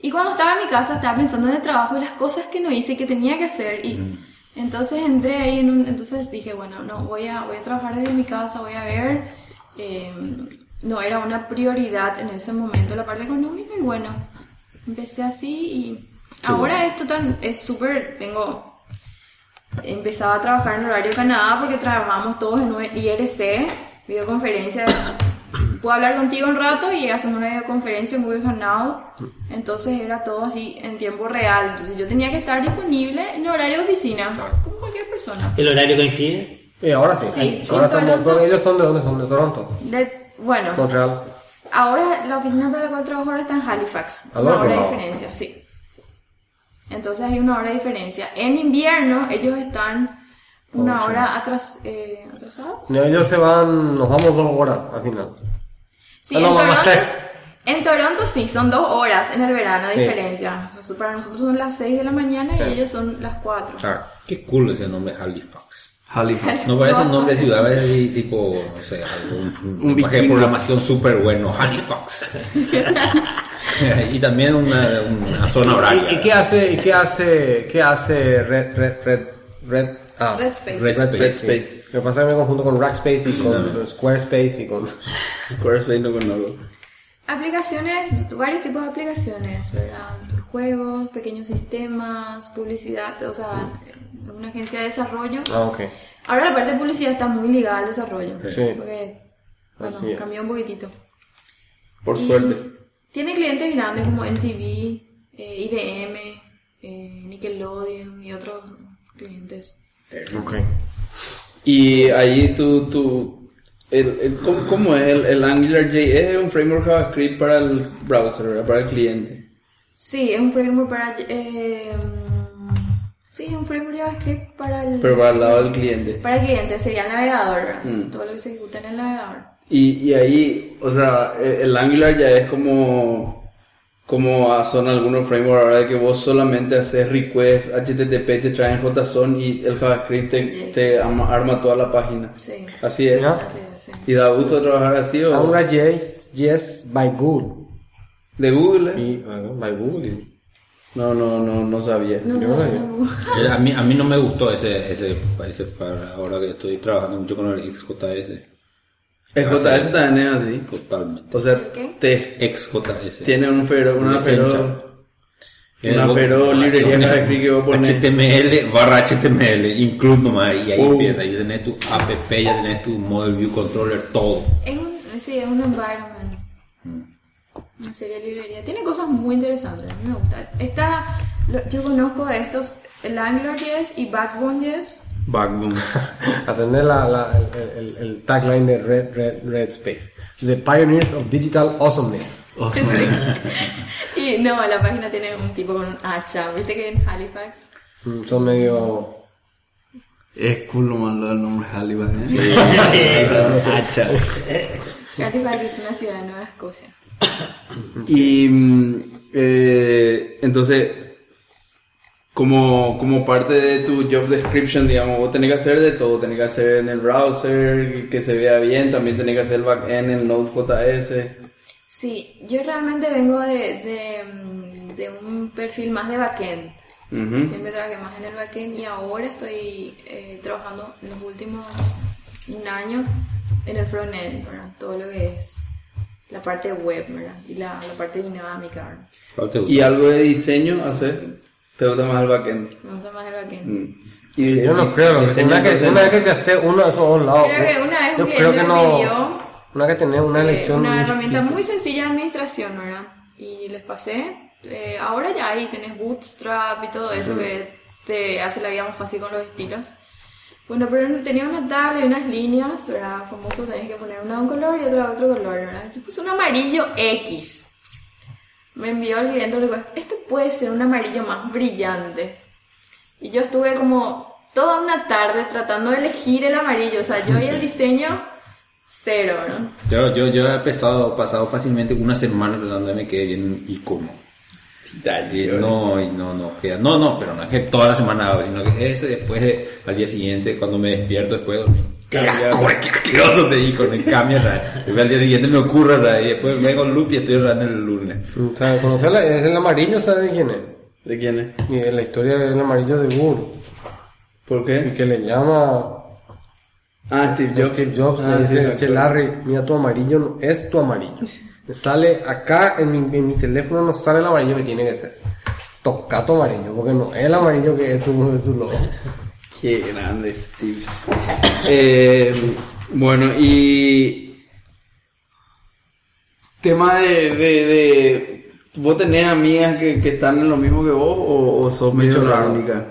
S6: Y cuando estaba en mi casa estaba pensando en el trabajo y las cosas que no hice y que tenía que hacer. Y entonces entré ahí en un... Entonces dije, bueno, no, voy a, voy a trabajar desde mi casa, voy a ver. eh, no era una prioridad en ese momento la parte económica y bueno, empecé así y ahora esto tan, es súper, tengo... Empezaba a trabajar en horario Canadá porque trabajamos todos en un IRC, videoconferencia. Puedo hablar contigo un rato y hacemos una videoconferencia en Google Hangout. Entonces era todo así en tiempo real. Entonces yo tenía que estar disponible en horario de oficina, como cualquier persona.
S5: ¿El horario coincide?
S7: Y ahora sí.
S6: Sí, sí,
S7: ahora
S6: en Toronto.
S7: estamos, ellos son de dónde son, de Toronto,
S6: De- bueno,
S7: Montreal.
S6: ahora la oficina para la cual trabajo ahora está en Halifax.
S7: Al
S6: Una
S7: otro
S6: hora de
S7: lado.
S6: diferencia, sí. Entonces hay una hora de diferencia. En invierno ellos están una
S7: Ocho.
S6: hora atras, eh, atrasados.
S7: No, ellos se van, nos vamos dos horas al final.
S6: Sí,
S7: Ah,
S6: en
S7: no,
S6: Toronto,
S7: más tres.
S6: en Toronto sí, son dos horas en el verano de
S7: Sí.
S6: diferencia. Nos- Para nosotros son las 6 de la mañana y ellos son las 4.
S4: Qué cool ese nombre, Halifax.
S2: Halifax.
S4: No parece un nombre de ciudad, parece así tipo, no sé, algún un lenguaje de
S2: vikingo.
S4: programación súper bueno, Halifax. y también una, una zona horaria.
S3: ¿Y qué hace, y qué hace, qué hace Red, Red, Red, Red, ah,
S6: Red Space.
S4: Red
S3: Red
S4: Space.
S3: Red Space. Lo que pasa es que me conjunto con Rackspace y con Squarespace y con...
S2: Squarespace no conozco.
S6: Aplicaciones, varios tipos de aplicaciones, ¿verdad? Juegos, pequeños sistemas, publicidad, o sea, una agencia de desarrollo.
S3: Ah, ok.
S6: Ahora la parte de publicidad está muy ligada al desarrollo.
S3: Sí.
S6: Porque, bueno,
S3: Así es.
S6: cambió un poquitito.
S2: Por
S6: Y
S2: suerte.
S6: Mm, Tiene clientes grandes como NTV, eh, IBM, eh, Nickelodeon y otros clientes.
S3: Ok.
S2: Y ahí tú, tú el, el- ¿cómo, cómo es? El, el AngularJS es un framework JavaScript para el browser, ¿verdad? Para el cliente.
S6: Sí, es un framework para... eh, mm, sí, es un framework JavaScript para el...
S2: Pero para el lado del cliente.
S6: Para el cliente sería el navegador, ¿verdad?
S2: Mm.
S6: todo lo que se ejecuta en el navegador.
S2: Y, y ahí, o sea, e, el, el Angular ya es como, como ah, son algunos frameworks ahora de que vos solamente haces request, HTTP te traen JSON y el JavaScript te,
S6: Yes.
S2: te ama- arma toda la página.
S6: Sí,
S2: Así es.
S3: Mira.
S6: así es, sí.
S2: ¿Y da gusto trabajar así o
S3: Ahora yes, yes by Google.
S2: de Google? eh?
S3: Y, bueno, by Google. y-
S2: No, no, no, no sabía.
S6: No,
S3: Yo
S6: no,
S3: no-
S6: no.
S4: Eh, A mí, a mí no me gustó ese, ese, ese para ahora que estoy trabajando mucho con el XJS.
S2: El JS también es así.
S4: Totalmente.
S2: O sea,
S6: ¿El qué?
S2: te
S4: XJS.
S2: tiene un fero, una
S4: Desencha.
S2: fero, una
S4: Eh,
S2: fero
S4: vos-
S2: librería
S4: vas a
S2: JavaScript que vos pones.
S4: HTML barra HTML, include nomás, y ahí
S2: Uh.
S4: empieza, ahí tenés tu app, ya tenés tu model view controller, todo.
S6: Es un, sí, es un environment.
S2: Mm.
S6: Una serie de librería. Tiene cosas muy interesantes, a mí me gusta. Está, lo- yo conozco estos, el AngularJS y BackboneJS.
S2: Backbone.
S3: Atender la, la, el, el- el tagline de Red, Red, Red Space. The pioneers of digital awesomeness.
S6: Y no, la página tiene un tipo con un hacha. ¿Viste que en Halifax?
S3: Mm, Son medio...
S2: Es culo malo el nombre Halifax. ¿eh?
S5: Hacha.
S6: Halifax es una ciudad de Nueva Escocia.
S2: Y mm, eh, entonces, como, como parte de tu job description, digamos, vos tenés que hacer de todo. Tenés que hacer en el browser, que se vea bien. También tenés que hacer el backend en Node.js.
S6: Sí, yo realmente vengo de, de, mm, de un perfil más de backend.
S2: Ujú.
S6: Siempre trabajé más en el backend y ahora estoy eh, trabajando en los últimos un año en el frontend, ¿verdad? Todo lo que es la parte web, ¿verdad? Y la, la parte dinámica, ¿verdad?
S4: ¿Cuál te gusta?
S2: Y algo de diseño hacer. Te gusta más el backend.
S6: Me gusta más el backend.
S2: Mm. Y
S3: Yo no
S2: dise-
S3: creo,
S2: diseño,
S3: una que,
S2: entonces,
S3: una vez que se hace uno de esos dos lados.
S6: Creo que una vez
S3: yo
S6: que
S3: creo que
S6: él
S3: no.
S6: pidió,
S3: Una que tener una
S6: Eh,
S3: elección.
S6: una
S3: muy
S6: herramienta
S3: difícil.
S6: muy sencilla de administración, ¿verdad? Y les pasé. Eh, ahora ya ahí tenés Bootstrap y todo eso que te hace la vida más fácil con los estilos. Bueno, pero tenía una tabla y unas líneas, ¿verdad? Famoso, tenés que poner una de un color y otra de otro color, ¿verdad? Yo puse un amarillo X. Me envió el cliente le digo, esto puede ser un amarillo más brillante. Y yo estuve como toda una tarde tratando de elegir el amarillo. O sea, yo y el diseño, cero, ¿no?
S4: Yo, yo, yo he pasado, pasado fácilmente una semana tratando de me quede bien un icono. Y no, y no, no, queda. No, no, pero no es que toda la semana hago, sino que ese después, de- al día siguiente, cuando me despierto después de dormir. Carajo, qué asqueroso de icono, y cambia, ¿verdad? Después al día siguiente me ocurre, ¿verdad? y después vengo el loop y estoy hablando el lunes.
S3: O sea, conocerla, es el amarillo, ¿sabes de quién es?
S2: ¿De quién es?
S3: Y es la historia del amarillo de Google.
S2: ¿Por
S3: El
S2: qué?
S3: que le llama
S2: Ah, Steve Jobs.
S3: Steve Jobs,
S2: Ah,
S3: le
S2: sí, me
S3: dice, che
S2: acuerdo.
S3: Larry, mira tu amarillo, no- es tu amarillo. Me sale acá en mi, en mi teléfono, no sale el amarillo que tiene que ser. Toca tu amarillo, porque no es el amarillo que es tu, tu logo.
S2: Qué grandes tips. Eh, bueno, y. Tema de, de, de- ¿Vos tenés amigas que, que están en lo mismo que vos o, o sos medio la
S3: raro.
S2: única?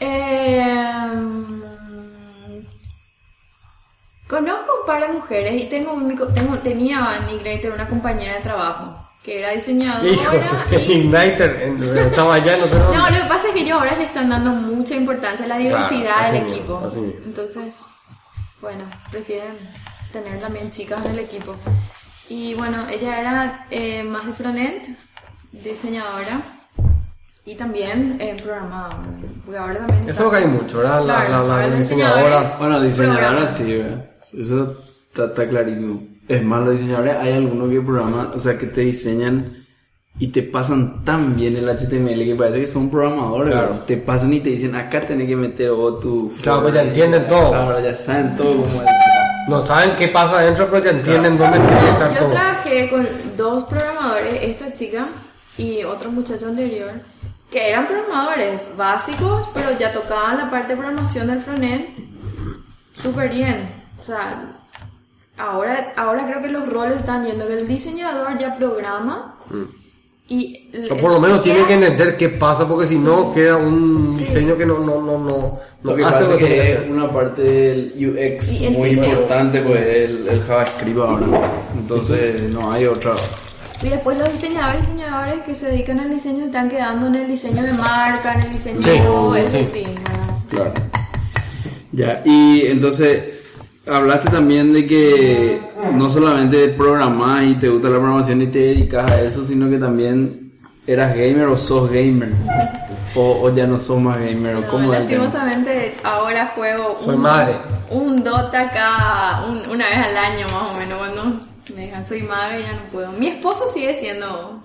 S6: Eh, Em, conozco un par de mujeres y tengo, un mico- tengo tenía en Igniter una compañía de trabajo que era diseñadora
S3: Hijo,
S6: y...
S3: Igniter, en- estaba allá, no sé dónde.
S6: No, lo que pasa es que yo ahora le están dando mucha importancia a la diversidad
S3: así
S6: del
S3: mismo,
S6: equipo.
S3: así mismo.
S6: Entonces, bueno, prefieren tener también chicas en el equipo. Y bueno, ella era eh, más de frontend, diseñadora. Y también eh, programado. Porque ahora también.
S3: Eso es
S6: está-
S3: lo que hay mucho, ¿verdad? La- la-
S6: Claro,
S3: la-
S6: ahora
S3: las
S6: los
S3: diseñadoras.
S2: Bueno, diseñadora
S6: programan.
S2: sí, ¿verdad? Eso está, está clarísimo. Es más, los diseñadores hay algunos que programan, o sea, que te diseñan y te pasan tan bien el HTML que parece que son programadores.
S3: Claro.
S2: ¿verdad? Te pasan y te dicen, acá tenés que meter o tu...
S3: Claro,
S2: pues
S3: pues ya entienden todo.
S2: Claro, ya saben todo cómo es.
S3: No saben qué pasa adentro, pero ya entienden dónde tiene que estar
S6: Yo
S3: todo.
S6: trabajé con dos programadores, esta chica y otro muchacho anterior, que eran programadores básicos, pero ya tocaban la parte de programación del frontend súper bien. O sea, ahora, ahora creo que los roles están yendo que el diseñador ya programa y... el-
S3: Mm. O por lo menos
S6: el-
S3: tienen que entender qué pasa, porque si no queda un
S6: Sí.
S3: diseño que no, no, no, no,
S2: Lo que
S3: no hace
S2: pasa
S3: lo
S2: es
S3: que tiene que
S2: que
S3: hacer.
S2: es una parte del UX
S6: Y el
S2: muy
S6: UX.
S2: importante, pues el, el JavaScript ahora. Entonces, no hay otra.
S6: Y después los diseñadores y diseñadores que se dedican al diseño están quedando en el diseño de marca, en el diseño
S3: Sí,
S6: de logo, eso
S3: sí.
S6: sí.
S2: Claro.
S6: ¿verdad?
S2: Ya, y entonces hablaste también de que no solamente programás y te gusta la programación y te dedicas a eso, sino que también eras gamer o sos gamer. O, o ya no sos más gamer, o
S6: No,
S2: cómo es el tema?
S6: lastimosamente ahora juego
S3: Soy
S6: un,
S3: madre.
S6: un Dota cada un- una vez al año más o menos cuando me dejan soy madre ya no puedo. Mi esposo sigue siendo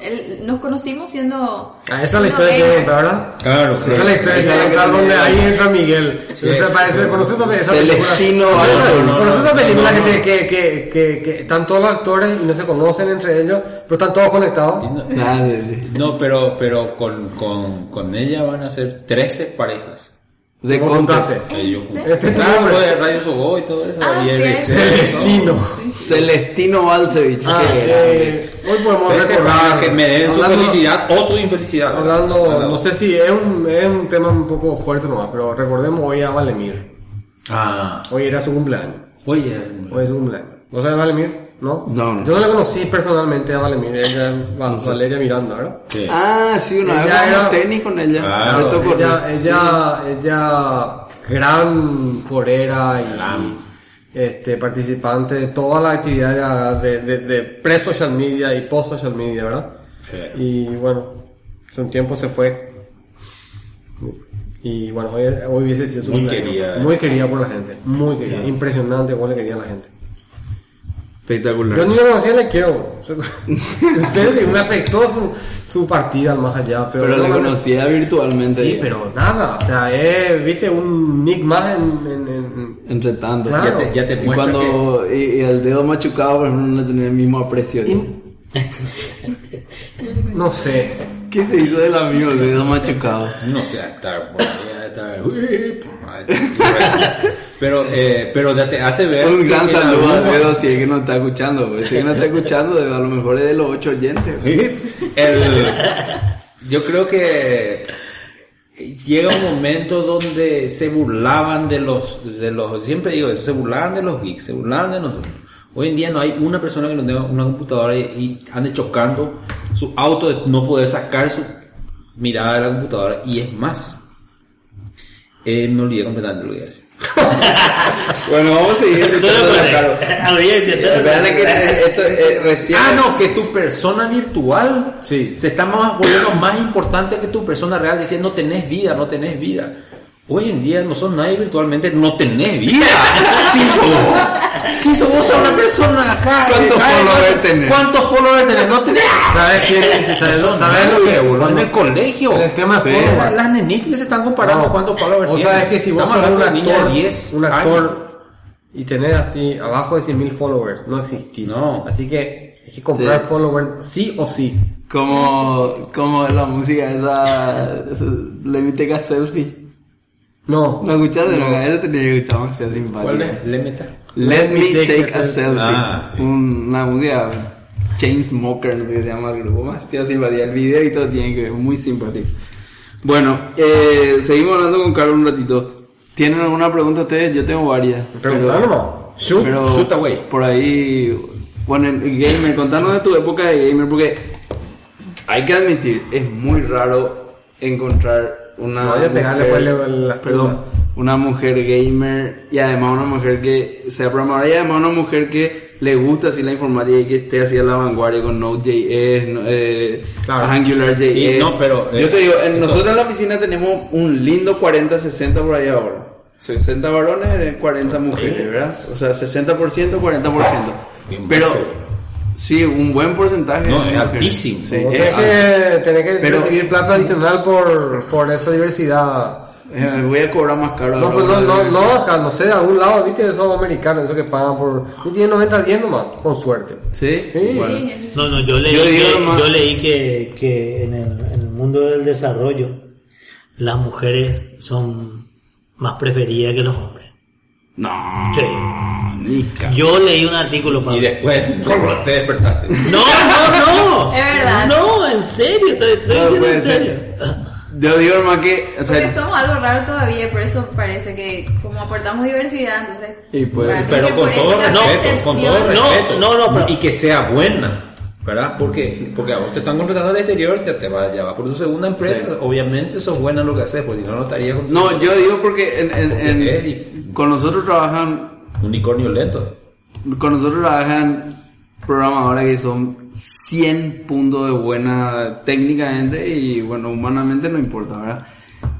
S6: él, nos conocimos siendo
S3: Ah, esa es la
S6: siendo
S3: historia que
S6: gamers.
S3: ¿verdad?
S4: Claro,
S3: Esa es la historia
S2: Esa
S3: que
S2: es la
S3: tiene
S2: que
S3: Carlos,
S2: tiene-
S3: donde ahí entra Miguel. Se parece, conoces esa esa película.
S2: Celestino
S3: Conoces esa-
S2: Alonso, ¿no?
S3: conoces esa
S4: No,
S3: película
S4: no,
S3: que,
S4: no.
S3: te- que, que, que, que están todos los actores y no se conocen entre ellos, pero están todos conectados.
S2: Nada, sí, sí.
S4: No, pero, pero con, con, con ella van a ser 13 parejas.
S2: De
S3: ¿Cómo
S2: contaste.
S3: contaste?
S4: Ahí Eh, yo-
S6: serio?
S3: Este es tu
S4: claro,
S3: nombre.
S4: lo de Radio Sobo y todo eso.
S6: Ah,
S4: y el
S6: sí,
S4: Excel,
S3: Celestino.
S2: Celestino Balcevich.
S3: Ah,
S2: qué grande.
S3: eh, hoy podemos
S4: Trece
S3: recordar
S4: parejas que me den su
S3: hablando-
S4: felicidad o su infelicidad.
S3: Hablando,
S4: Hablando-
S3: no sé si es un, es un tema un poco fuerte nomás, pero recordemos hoy a Valemir.
S4: Ah,
S3: Hoy era su cumpleaños.
S4: oye.
S3: Hoy es su cumpleaños. ¿Vos sabés Valemir? ¿No?
S2: No, no.
S3: Yo no la conocí personalmente a Valemir, ella es Val- Valeria Miranda, ¿verdad?
S4: Sí.
S2: Ah, sí, una vez
S3: Ella
S2: jugamos
S3: era-
S2: tenis con ella.
S4: Claro,
S2: Me tocó, ¿no?
S3: ella, ella, ella, gran forera y este, participante de todas las actividades de, de, de pre-social media y post-social media, ¿verdad?
S4: Sí.
S3: Y bueno, hace un tiempo se fue. Y bueno, hoy, hoy hubiese sido su
S4: Muy
S3: cumpleaños.
S4: querida, eh.
S3: Muy querida por la gente, muy querida.
S4: Claro.
S3: Impresionante cómo le quería a la gente.
S2: Espectacular.
S3: Yo ni lo conocía, le quiero. En serio, que me afectó su, su partida al más allá. Pero,
S2: pero
S3: no
S2: la
S3: me-
S2: conocía virtualmente.
S3: Sí, pero nada, o sea, es, viste, un nick más en... en- en-
S2: Entre tanto.
S3: Claro.
S4: Ya te, ya te
S2: Y
S4: muestra
S2: cuando y, y el dedo machucado, por ejemplo, no tenía el mismo aprecio.
S3: in- no sé,
S2: ¿Qué se hizo del amigo del dedo machucado?
S4: que- No sé, estar por ahí, a estar- uy, por ahí. Pero, eh, pero ya te hace ver.
S2: Un
S4: que
S2: gran
S4: el
S2: saludo al
S4: alumno-
S2: dedo si es que no está escuchando. güey. Si es que no está escuchando, a lo mejor es de los ocho oyentes. güey.
S4: El- yo creo que llega un momento donde se burlaban de los, de los, siempre digo eso, se burlaban de los geeks, se burlaban de nosotros. Hoy en día no hay una persona que no tenga una computadora y, y ande chocando su auto de no poder sacar su mirada de la computadora. Y es más, eh, me olvidé completamente lo que iba a decir.
S2: Bueno, vamos a seguir.
S5: Solo
S2: escuchando la Caro.
S5: para audiencia, solo
S2: Vean que
S5: para-
S2: eso es recién.
S4: Ah, no, que tu persona virtual
S3: Sí.
S4: se está más, volviendo más importante que tu persona real. Diciendo, no tenés vida, no tenés vida. Hoy en día no son nadie virtualmente, no tenés vida. ¿Qué sos vos? ¿Qué sos vos? Sos una persona acá.
S2: ¿Cuántos
S4: acá,
S2: followers
S4: entonces,
S2: tenés?
S4: ¿Cuántos followers tenés? No tenés.
S3: ¿sabes quién es? ¿Sabes,
S4: No sos
S3: sabes lo
S4: nadie,
S3: que
S4: boludo, En
S3: cuando-
S4: el colegio.
S3: El tema es
S4: Sí.
S3: followers.
S4: Las- Las nenitas que se están comparando
S3: No.
S4: cuántos followers
S3: O
S4: tienen.
S3: sabes que si vos
S4: Estamos
S3: sos un
S4: hablando de niña
S3: actor,
S4: de 10
S3: un
S4: años.
S3: actor y tener así abajo de 100.000 followers, no existís.
S4: No.
S3: Así que hay que comprar
S2: Sí.
S3: followers sí o sí.
S2: Como, como la música esa. esa Lemiteca selfie.
S3: No.
S2: ¿No escuchaste? No, eso tenía que escuchar. Vamos a ser simpático.
S4: ¿Cuál es? Le meta.
S2: Let me take a selfie.
S4: Ah, sí.
S2: Una música Chainsmoker, no sé qué se llama el grupo. Más tío simpatía. El video y todo tiene que ver. Muy simpático. Bueno, eh, seguimos hablando con Carlos un ratito. ¿Tienen alguna pregunta ustedes? Yo tengo varias.
S3: Preguntaron, ¿no? Shoot.
S2: Pero
S4: shoot away.
S2: Por ahí, bueno, el gamer, contanos de tu época de gamer, porque hay que admitir, es muy raro encontrar una
S3: No, voy a pegarle, pues, le- las
S2: perdón, una mujer gamer y además una mujer que sea programadora y además una mujer que le gusta así la informática y que esté así a la vanguardia con Node.js, no- eh,
S4: Claro.
S2: AngularJS.
S4: Y no, pero, eh,
S2: Yo te digo, en- nosotros en la oficina tenemos un lindo 40-60 por ahí ahora. 60 varones, eh, 40 mujeres, ¿verdad? O sea, 60%, 40%.
S4: Bien,
S2: Pero,
S4: sí.
S2: sí, un buen porcentaje. de
S4: No, es
S2: mujeres.
S4: altísimo.
S2: Sí, Eh,
S3: Vos
S2: es
S4: ah.
S3: tenés que, tenés que
S2: pero-
S3: recibir plata adicional por, por esa diversidad.
S2: Eh, voy a cobrar más caro.
S3: No,
S2: ahora,
S3: pues no,
S2: voy a
S3: no,
S2: ver.
S3: no, acá, no sé, de algún lado, viste, esos americanos, esos que pagan por. Y tienen 90 10 nomás, con suerte.
S2: ¿Sí?
S3: Sí.
S2: Bueno.
S5: No, no, yo leí,
S2: Yo digo
S5: que,
S2: nomás-
S5: yo leí que, que en, el, en el mundo del desarrollo las mujeres son más preferidas que los hombres.
S2: No.
S5: Sí.
S2: Ni ca-
S5: Yo leí un artículo, Pablo.
S4: Y después te despertaste.
S5: No, no, no.
S6: Es verdad.
S5: No, en serio, te estoy
S2: No,
S5: diciendo
S2: puede
S5: en serio.
S2: ser. Yo digo, hermano, que. O
S6: Porque
S2: sea,
S6: somos algo raro todavía, por eso parece que como aportamos diversidad, entonces...
S2: Y pues,
S6: para mí que
S4: pero
S6: por
S4: con
S6: eso
S4: todo
S6: la
S4: respeto, con todo
S6: percepción-
S5: No,
S4: respeto.
S5: no, no, pero-
S4: Y que sea buena, ¿verdad? Porque, porque a vos te están contratando al exterior, ya te va, ya va por tu segunda empresa,
S2: Sí.
S4: obviamente sos buena en lo que haces, porque si no, no estaría con
S2: no, yo digo porque en- en-
S4: Porque
S2: en-
S4: es difícil.
S2: con nosotros trabajan.
S4: unicornio lento.
S2: Con nosotros trabajan programadoras que son 100 puntos de buena técnicamente y, bueno, humanamente no importa, ¿verdad?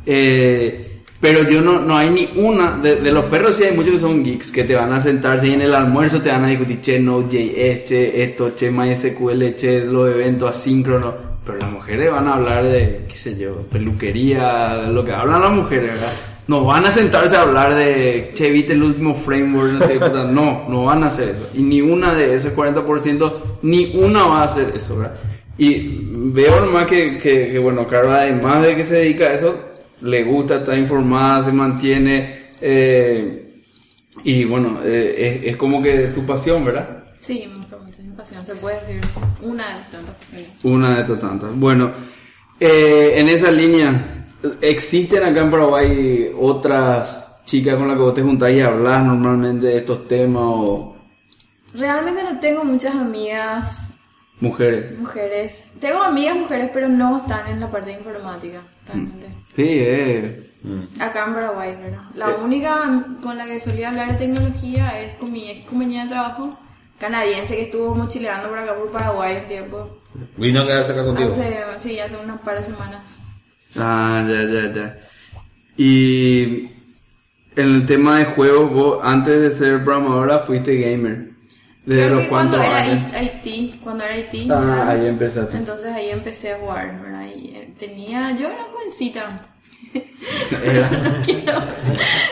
S2: Eh, pero yo no, no hay ni una. De, de los perros sí hay muchos que son geeks, que te van a sentarse y en el almuerzo te van a discutir, che, no, JS, che, esto, che, MySQL, che, los eventos asíncronos. Pero las mujeres van a hablar de, qué sé yo, peluquería, lo que hablan las mujeres, ¿verdad? No van a sentarse a hablar de, che, viste el último framework, no sé, puta. No, no van a hacer eso. Y ni una de ese 40%, ni una va a hacer eso, ¿verdad? Y veo nomás que, que, que, bueno, claro, además de que se dedica a eso, le gusta, está informada, se mantiene, eh, y bueno, eh, es, es como que tu pasión, ¿verdad?
S6: Sí, me gusta mucho esa pasión, se puede decir una de tantas pasiones.
S2: Una de estas tantas. Bueno, eh, en esa línea, ¿existen acá en Paraguay otras chicas con las que vos te juntás y hablas normalmente de estos temas o
S6: Realmente no tengo muchas amigas
S2: mujeres?
S6: mujeres. Tengo amigas mujeres, pero no están en la parte de informática, realmente.
S2: Sí, eh.
S6: Acá en Paraguay, ¿verdad? La única con la que solía hablar de tecnología es con mi ex compañera de trabajo canadiense que estuvo mochileando por acá por Paraguay un tiempo.
S4: Vino a quedarse acá contigo.
S6: Hace, Ah, sí, hace unas par de semanas.
S2: Ah, ya, ya, ya. Y en el tema de juegos, vos antes de ser programadora fuiste gamer. ¿Desde
S6: Creo
S2: los
S6: que cuando
S2: cuantos
S6: era
S2: años?
S6: Haití, Haití, cuando era Haití.
S2: Ah,
S6: ¿verdad?
S2: ahí empezaste.
S6: Entonces ahí empecé a jugar, ¿verdad? Y eh, tenía, yo era jovencita. Quiero-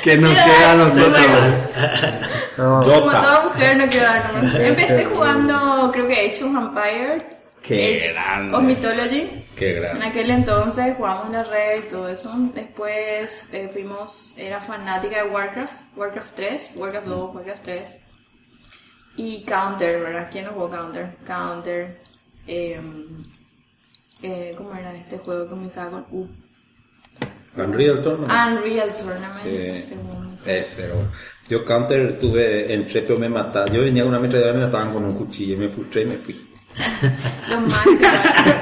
S2: que nos
S6: quiero
S2: queda a
S6: dar
S2: nosotros.
S6: números.
S3: No.
S6: Como
S4: Dota.
S6: toda mujer no queda nomás. Empecé jugando, creo que Age of Empire.
S4: Qué
S6: Age
S4: grande.
S6: Of Mythology.
S4: Qué
S6: En
S4: grande.
S6: aquel entonces jugábamos la red y todo eso. Después eh, fuimos, era fanática de Warcraft, Warcraft 3, Warcraft 2, Warcraft 3. Y Counter, ¿verdad? ¿Quién no jugó Counter? Counter. Eh, eh, ¿Cómo era este juego? que Comenzaba con U.
S4: Unreal Tournament.
S6: Ah. Unreal Tournament.
S4: Sí.
S6: según-
S4: Es, pero yo counter tuve entre pero me mataba. Yo venía con una metralladora y me mataban con un cuchillo. Me frustré y me fui.
S6: Lo máximo.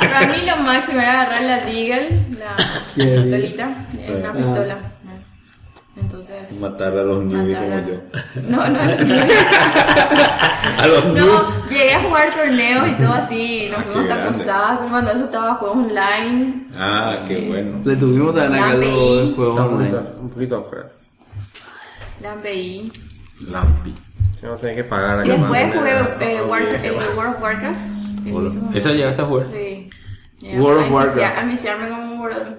S6: Para mí lo máximo era agarrar la Deagle, la pistolita, eh, una pistola. Eh, Entonces.
S4: Matar a los nubes
S6: matarla.
S4: como yo.
S6: No, no,
S4: A los
S6: no.
S4: noobs.
S6: Llegué a jugar torneos y todo así. Nos
S4: Ah,
S6: fuimos
S4: qué
S6: hasta
S4: grande.
S6: posadas, como cuando eso estaba juegos online.
S4: Ah, qué bueno.
S2: Le tuvimos también acá los
S6: Lambi.
S2: juegos
S3: Está un
S2: online.
S3: poquito, un poquito gratis.
S6: La MBI.
S4: Lampi.
S3: Si no tenés que pagar
S6: Y
S3: acá.
S6: después
S3: para
S6: jugué
S3: tener-
S6: eh, Warcraft- eh, World of Warcraft. que hizo-
S4: Esa llegaste a jugar.
S6: Sí.
S2: World of
S6: a
S2: Warcraft.
S6: A iniciarme como World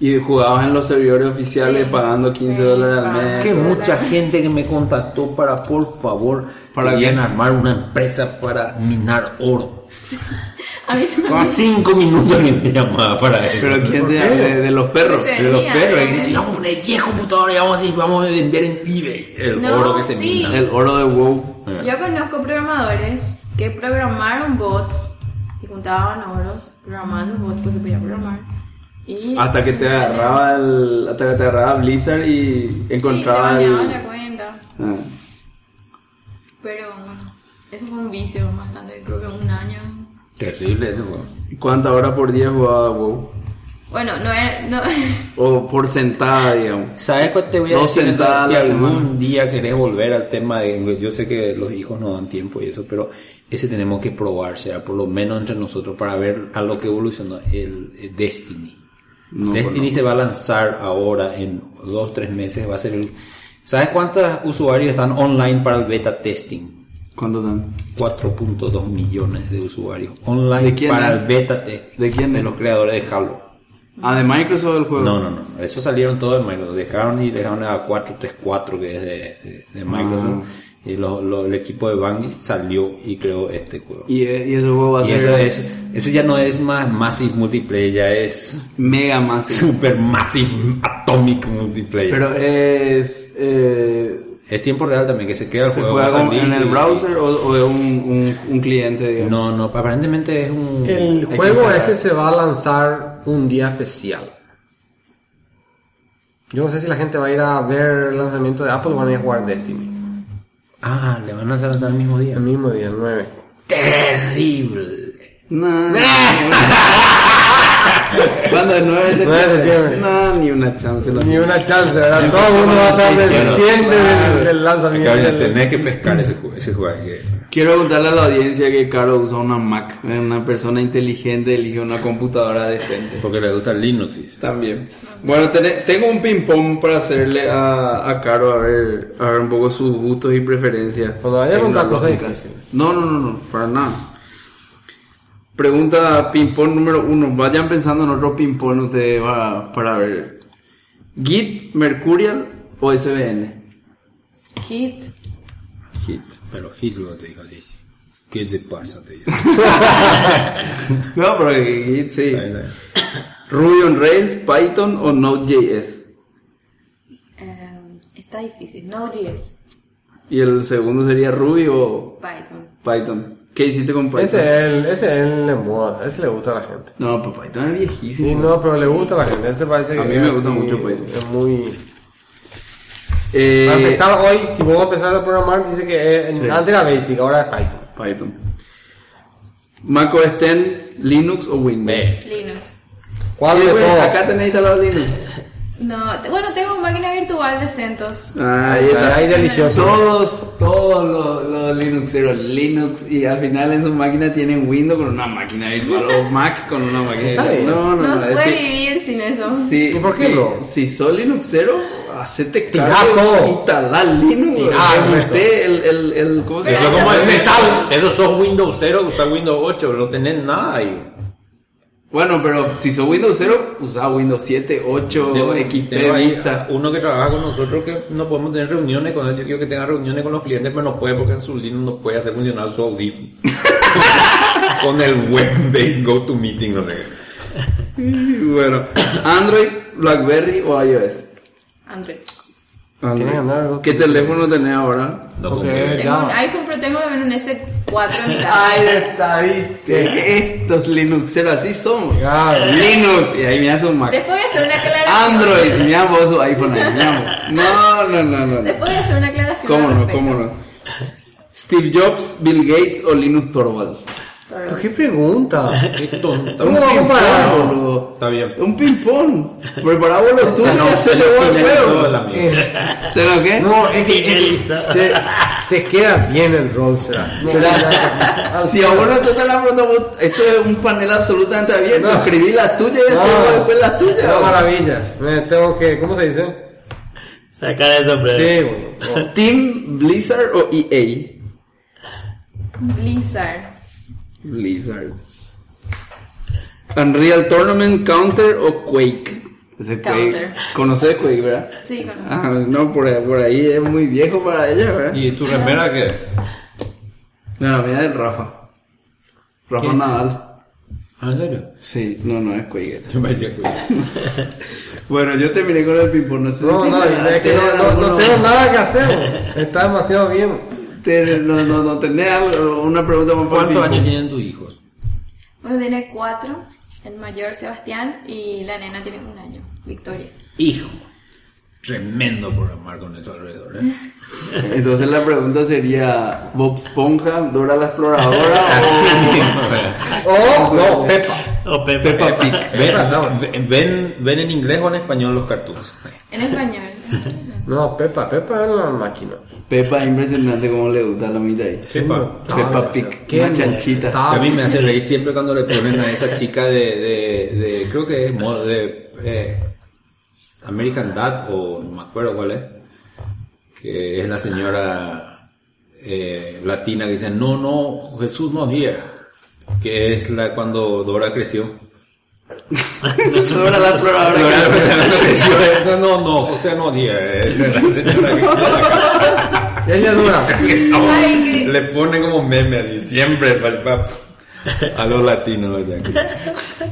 S2: Y jugabas en los servidores oficiales
S6: Sí.
S2: pagando 15
S6: Sí,
S2: dólares al
S6: pagando.
S2: mes.
S4: Que mucha gente que me contactó para, por favor,
S2: ¿Para
S4: para querían
S2: qué?
S4: armar una empresa para minar oro.
S6: A mí se me
S4: Con cinco minutos que me llamaba para eso.
S2: Pero ¿quién te de, de los perros?
S6: Pues, eh,
S4: De los
S6: Mira,
S4: perros,
S6: eh.
S4: y vamos a poner 10 computadoras y vamos a, decir, vamos a vender en eBay el
S6: No,
S4: oro que se
S6: sí.
S4: mina.
S2: El oro de WoW.
S6: Yo conozco programadores que programaron bots y juntaban oros programando bots, pues se podía programar. Y
S2: Hasta que te agarraba el, hasta que te agarraba Blizzard y
S6: Sí,
S2: encontraba
S6: te
S2: el-
S6: baneaban la cuenta.
S2: Ah.
S6: Pero bueno, eso fue un vicio bastante, creo que un año.
S4: Terrible eso, weón.
S2: ¿Cuántas horas por día jugaba WoW?
S6: Bueno, no era. No,
S2: O por sentada, digamos.
S4: ¿Sabes cuál te voy a
S2: Dos
S4: decir?
S2: sentadas
S4: Si
S2: a la
S4: algún
S2: semana.
S4: día querés volver al tema de, pues, yo sé que los hijos no dan tiempo y eso, pero ese tenemos que probar, sea, por lo menos entre nosotros para ver a lo que evolucionó el, el Destiny.
S2: No,
S4: Destiny se va a lanzar ahora en dos, tres meses, va a ser el- ¿Sabes cuántos usuarios están online para el beta testing?
S2: pues, ¿Cuánto dan?
S4: 4.2 millones de usuarios online
S2: ¿De quién
S4: para
S2: es?
S4: el beta testing.
S2: ¿De quién
S4: De
S2: es?
S4: los creadores de Halo.
S2: Ah, de Microsoft el juego.
S4: No, no, no. Eso salieron todos de Microsoft. Dejaron y dejaron a 434 que es de, de- de Microsoft.
S2: Ah.
S4: Y lo- lo- el equipo de Bungie salió y creó este juego. Y,
S2: Y, eh, y ese juego va a ser
S4: eso es, ese ya no es más Massive Multiplayer, ya es
S2: mega más.
S4: Super Massive Atomic Multiplayer.
S2: Pero es. Eh,
S4: es tiempo real también que se queda el
S2: ¿Se
S4: juego.
S2: juega
S4: va a
S2: con-
S4: salir
S2: en el
S4: y-
S2: browser o, o de un, un, un cliente, digamos?
S4: No, no, aparentemente es un...
S7: El
S2: que
S7: juego
S2: esperar.
S7: ese se va a lanzar un día especial. Yo no sé si la gente va a ir a ver el lanzamiento de Apple o van a ir a jugar Destiny.
S4: Ah, le van a lanzar el mismo día.
S7: El mismo día, el 9.
S4: Terrible.
S2: No, no, ¿Cuándo? ¿El 9 de septiembre?
S7: 9 de septiembre.
S2: No, ni una chance. no.
S7: Ni una chance, ¿verdad? Todo el
S4: Empezó
S7: mundo va a estar
S4: con el
S7: dependiente
S4: Cristiano.
S7: del, del lanzamiento.
S4: Acá ya
S7: del-
S4: tenés que pescar ese, ju- ese juego. que-
S2: Quiero contarle a la audiencia que Caro usa una Mac. Es Una persona inteligente elige una computadora decente.
S4: Porque le gusta el Linux. dice.
S2: También. Bueno, tene- tengo un ping-pong para hacerle a, a Caro a ver, a ver un poco sus gustos y preferencias.
S7: Cuando vaya a preguntar cosas
S2: tecnológicas. No, no, no, no, para nada. Pregunta ping-pong número uno. Vayan pensando en otro ping-pong ustedes para, para ver. Git, Mercurial o SBN.
S6: Hit.
S2: Git.
S4: Pero Hitler te dijo, Jesse. ¿Qué te pasa? Te dice.
S2: No, pero Git sí.
S4: Está bien, está bien.
S2: Ruby on Rails, Python o Node.js.
S6: eh, está difícil. Node.js.
S2: Y el segundo sería Ruby o
S6: Python.
S2: Python. ¿Qué hiciste con Python?
S7: Ese es el, ese es el de moda, ese le gusta a la gente.
S2: No, pero Python es
S7: Sí,
S2: viejísimo.
S7: no, pero le gusta a la gente, este parece que
S2: A mí me
S7: es
S2: gusta
S7: así,
S2: mucho, pues.
S7: Es muy...
S2: Eh,
S7: Para empezar hoy, si vos empezar a programar, dice que es- antes era Basic, ahora es Python.
S2: Python. Mac OS X, Linux o Windows.
S6: Linux.
S7: ¿Cuál
S2: Eh,
S7: de
S2: güey,
S7: todos?
S2: acá tenés instalado Linux.
S6: No, te- bueno, tengo máquina virtual de CentOS.
S2: Ah,
S7: Ahí está, ahí delicioso.
S2: Todos, todos los, los Linuxeros, Linux, y al final en su máquina tienen Windows con una máquina virtual o Mac con una máquina
S7: Está
S2: virtual.
S7: bien.
S2: No, no,
S6: No
S2: no.
S6: se
S2: es
S6: puede
S2: que-
S6: vivir sin eso.
S2: Sí,
S7: ¿Y por qué
S2: sí,
S7: no?
S2: Si sos Linuxero, hacete
S7: Tirá
S2: cargo de
S7: todo.
S2: instalar Linux.
S7: Tirá
S2: Ah,
S7: el resto.
S2: usted, el, el, el, ¿cómo se
S4: Eso
S2: llama?
S4: es como el Eso sos Windows 0, usás Windows 8, no tenés nada ahí.
S2: Bueno, pero si sos Windows 0, usa Windows 7, 8, XP,
S4: Tengo ahí
S2: Vista.
S4: uno que trabaja con nosotros que no podemos tener reuniones con él. Yo quiero que tenga reuniones con los clientes, pero no puede porque en su Linux no puede hacer funcionar su audífono. con el web-based go-to-meeting, no sé qué.
S2: Bueno, Android, BlackBerry o iOS.
S6: Android.
S2: Android.
S7: que andar algo
S2: ¿Qué teléfono tenés ahora?
S4: No
S7: Ok,
S4: compré.
S6: Tengo un
S7: ya.
S6: iPhone, pero tengo también un S4 en mi casa.
S2: Ahí está, viste. Estos Linuxeros así somos.
S7: Ya,
S2: Linux. Y ahí mira su Mac.
S6: Después voy a hacer una aclaración.
S2: Android. Mira vos su iPhone ahí. mirá vos. No, no, no, no. no.
S6: Después voy a hacer una aclaración.
S2: ¿Cómo
S6: al
S2: no?
S6: respecto.
S2: ¿Cómo no? Steve Jobs, Bill Gates o Linus Torvalds.
S7: ¿Pero ¿Qué pregunta?
S4: Qué tonta.
S7: ¿Cómo va a comparar?
S2: ping-pong, boludo.
S4: Está bien.
S2: Un ping-pong. Prepará vos lo
S4: O sea,
S2: tuyo y
S4: no, se
S2: hacele
S4: lo
S2: vos el
S4: finalizó
S2: juego.
S4: la mierda.
S2: ¿Se lo qué?
S7: No, es que es que
S5: Finalizó.
S7: se- te queda bien el rol, será. No,
S2: Ah, Si ahora tú te la preguntas, vos- esto es un panel absolutamente abierto.
S7: No.
S2: Escribí las tuyas y hacemos
S7: no,
S2: después las tuyas.
S7: no, Ah, maravilla. Me tengo que, ¿cómo se dice?
S5: Sacar el sombrero.
S7: Sí, bueno.
S2: Steam, Blizzard o E EA?
S6: Blizzard.
S2: Blizzard. Unreal Tournament, Counter o Quake. Ese
S6: Counter.
S2: Conoces Quake, ¿verdad?
S6: Sí, con
S2: Ah, no, por, por ahí es muy viejo para ella, ¿verdad?
S4: ¿Y tu remera qué?
S2: No, la mía es Rafa. Rafa
S4: ¿Quién?
S2: Nadal.
S4: Ah, ¿En serio?
S2: Sí, no, no, es Quake.
S4: Yo me decía, cuidado.
S2: Bueno, yo terminé con el ping-pong. No, sé
S7: No,
S2: si
S7: no,
S2: te-
S7: es que no, no, no tengo nada que hacer. Está demasiado bien.
S2: te- no, no, no, tenés algo, una pregunta más para el
S4: ¿Cuántos
S2: ping-pong.
S4: años tienen tus hijos?
S6: Bueno, tiene cuatro, el mayor Sebastián y la nena tiene un año, Victoria.
S4: Hijo. Tremendo programar con eso alrededor, ¿eh?
S2: Entonces la pregunta sería, ¿Bob Esponja, Dora la Exploradora
S4: Así
S2: o
S4: mismo, ¿eh?
S7: O, no, Pepa.
S5: O O Peppa, Pig.
S4: Ven, ven- ven, ven en inglés o en español los cartoons.
S6: En español.
S3: No, Pepa, Pepa era una máquina.
S2: Pepa, impresionante como le gusta la mitad ahí.
S4: Pepa.
S3: Ah,
S2: Peppa Pig,
S3: Qué
S2: una chanchita.
S4: a mí me hace reír siempre cuando le ponen a esa chica de, de, de- creo que es mo- de eh, American Dad o no me acuerdo cuál es, que es la señora eh, latina que dice, no, no, Jesús no guía, que es la cuando Dora creció.
S2: Ahora la flor, ahora
S4: Dora cuando creció, eh, no, no, no, José no guía, esa es la señora que-
S3: Ella dura.
S4: que no.
S6: Ay, qué-
S4: le pone como meme así, siempre pa- pa- a los latinos, ¿verdad? Que-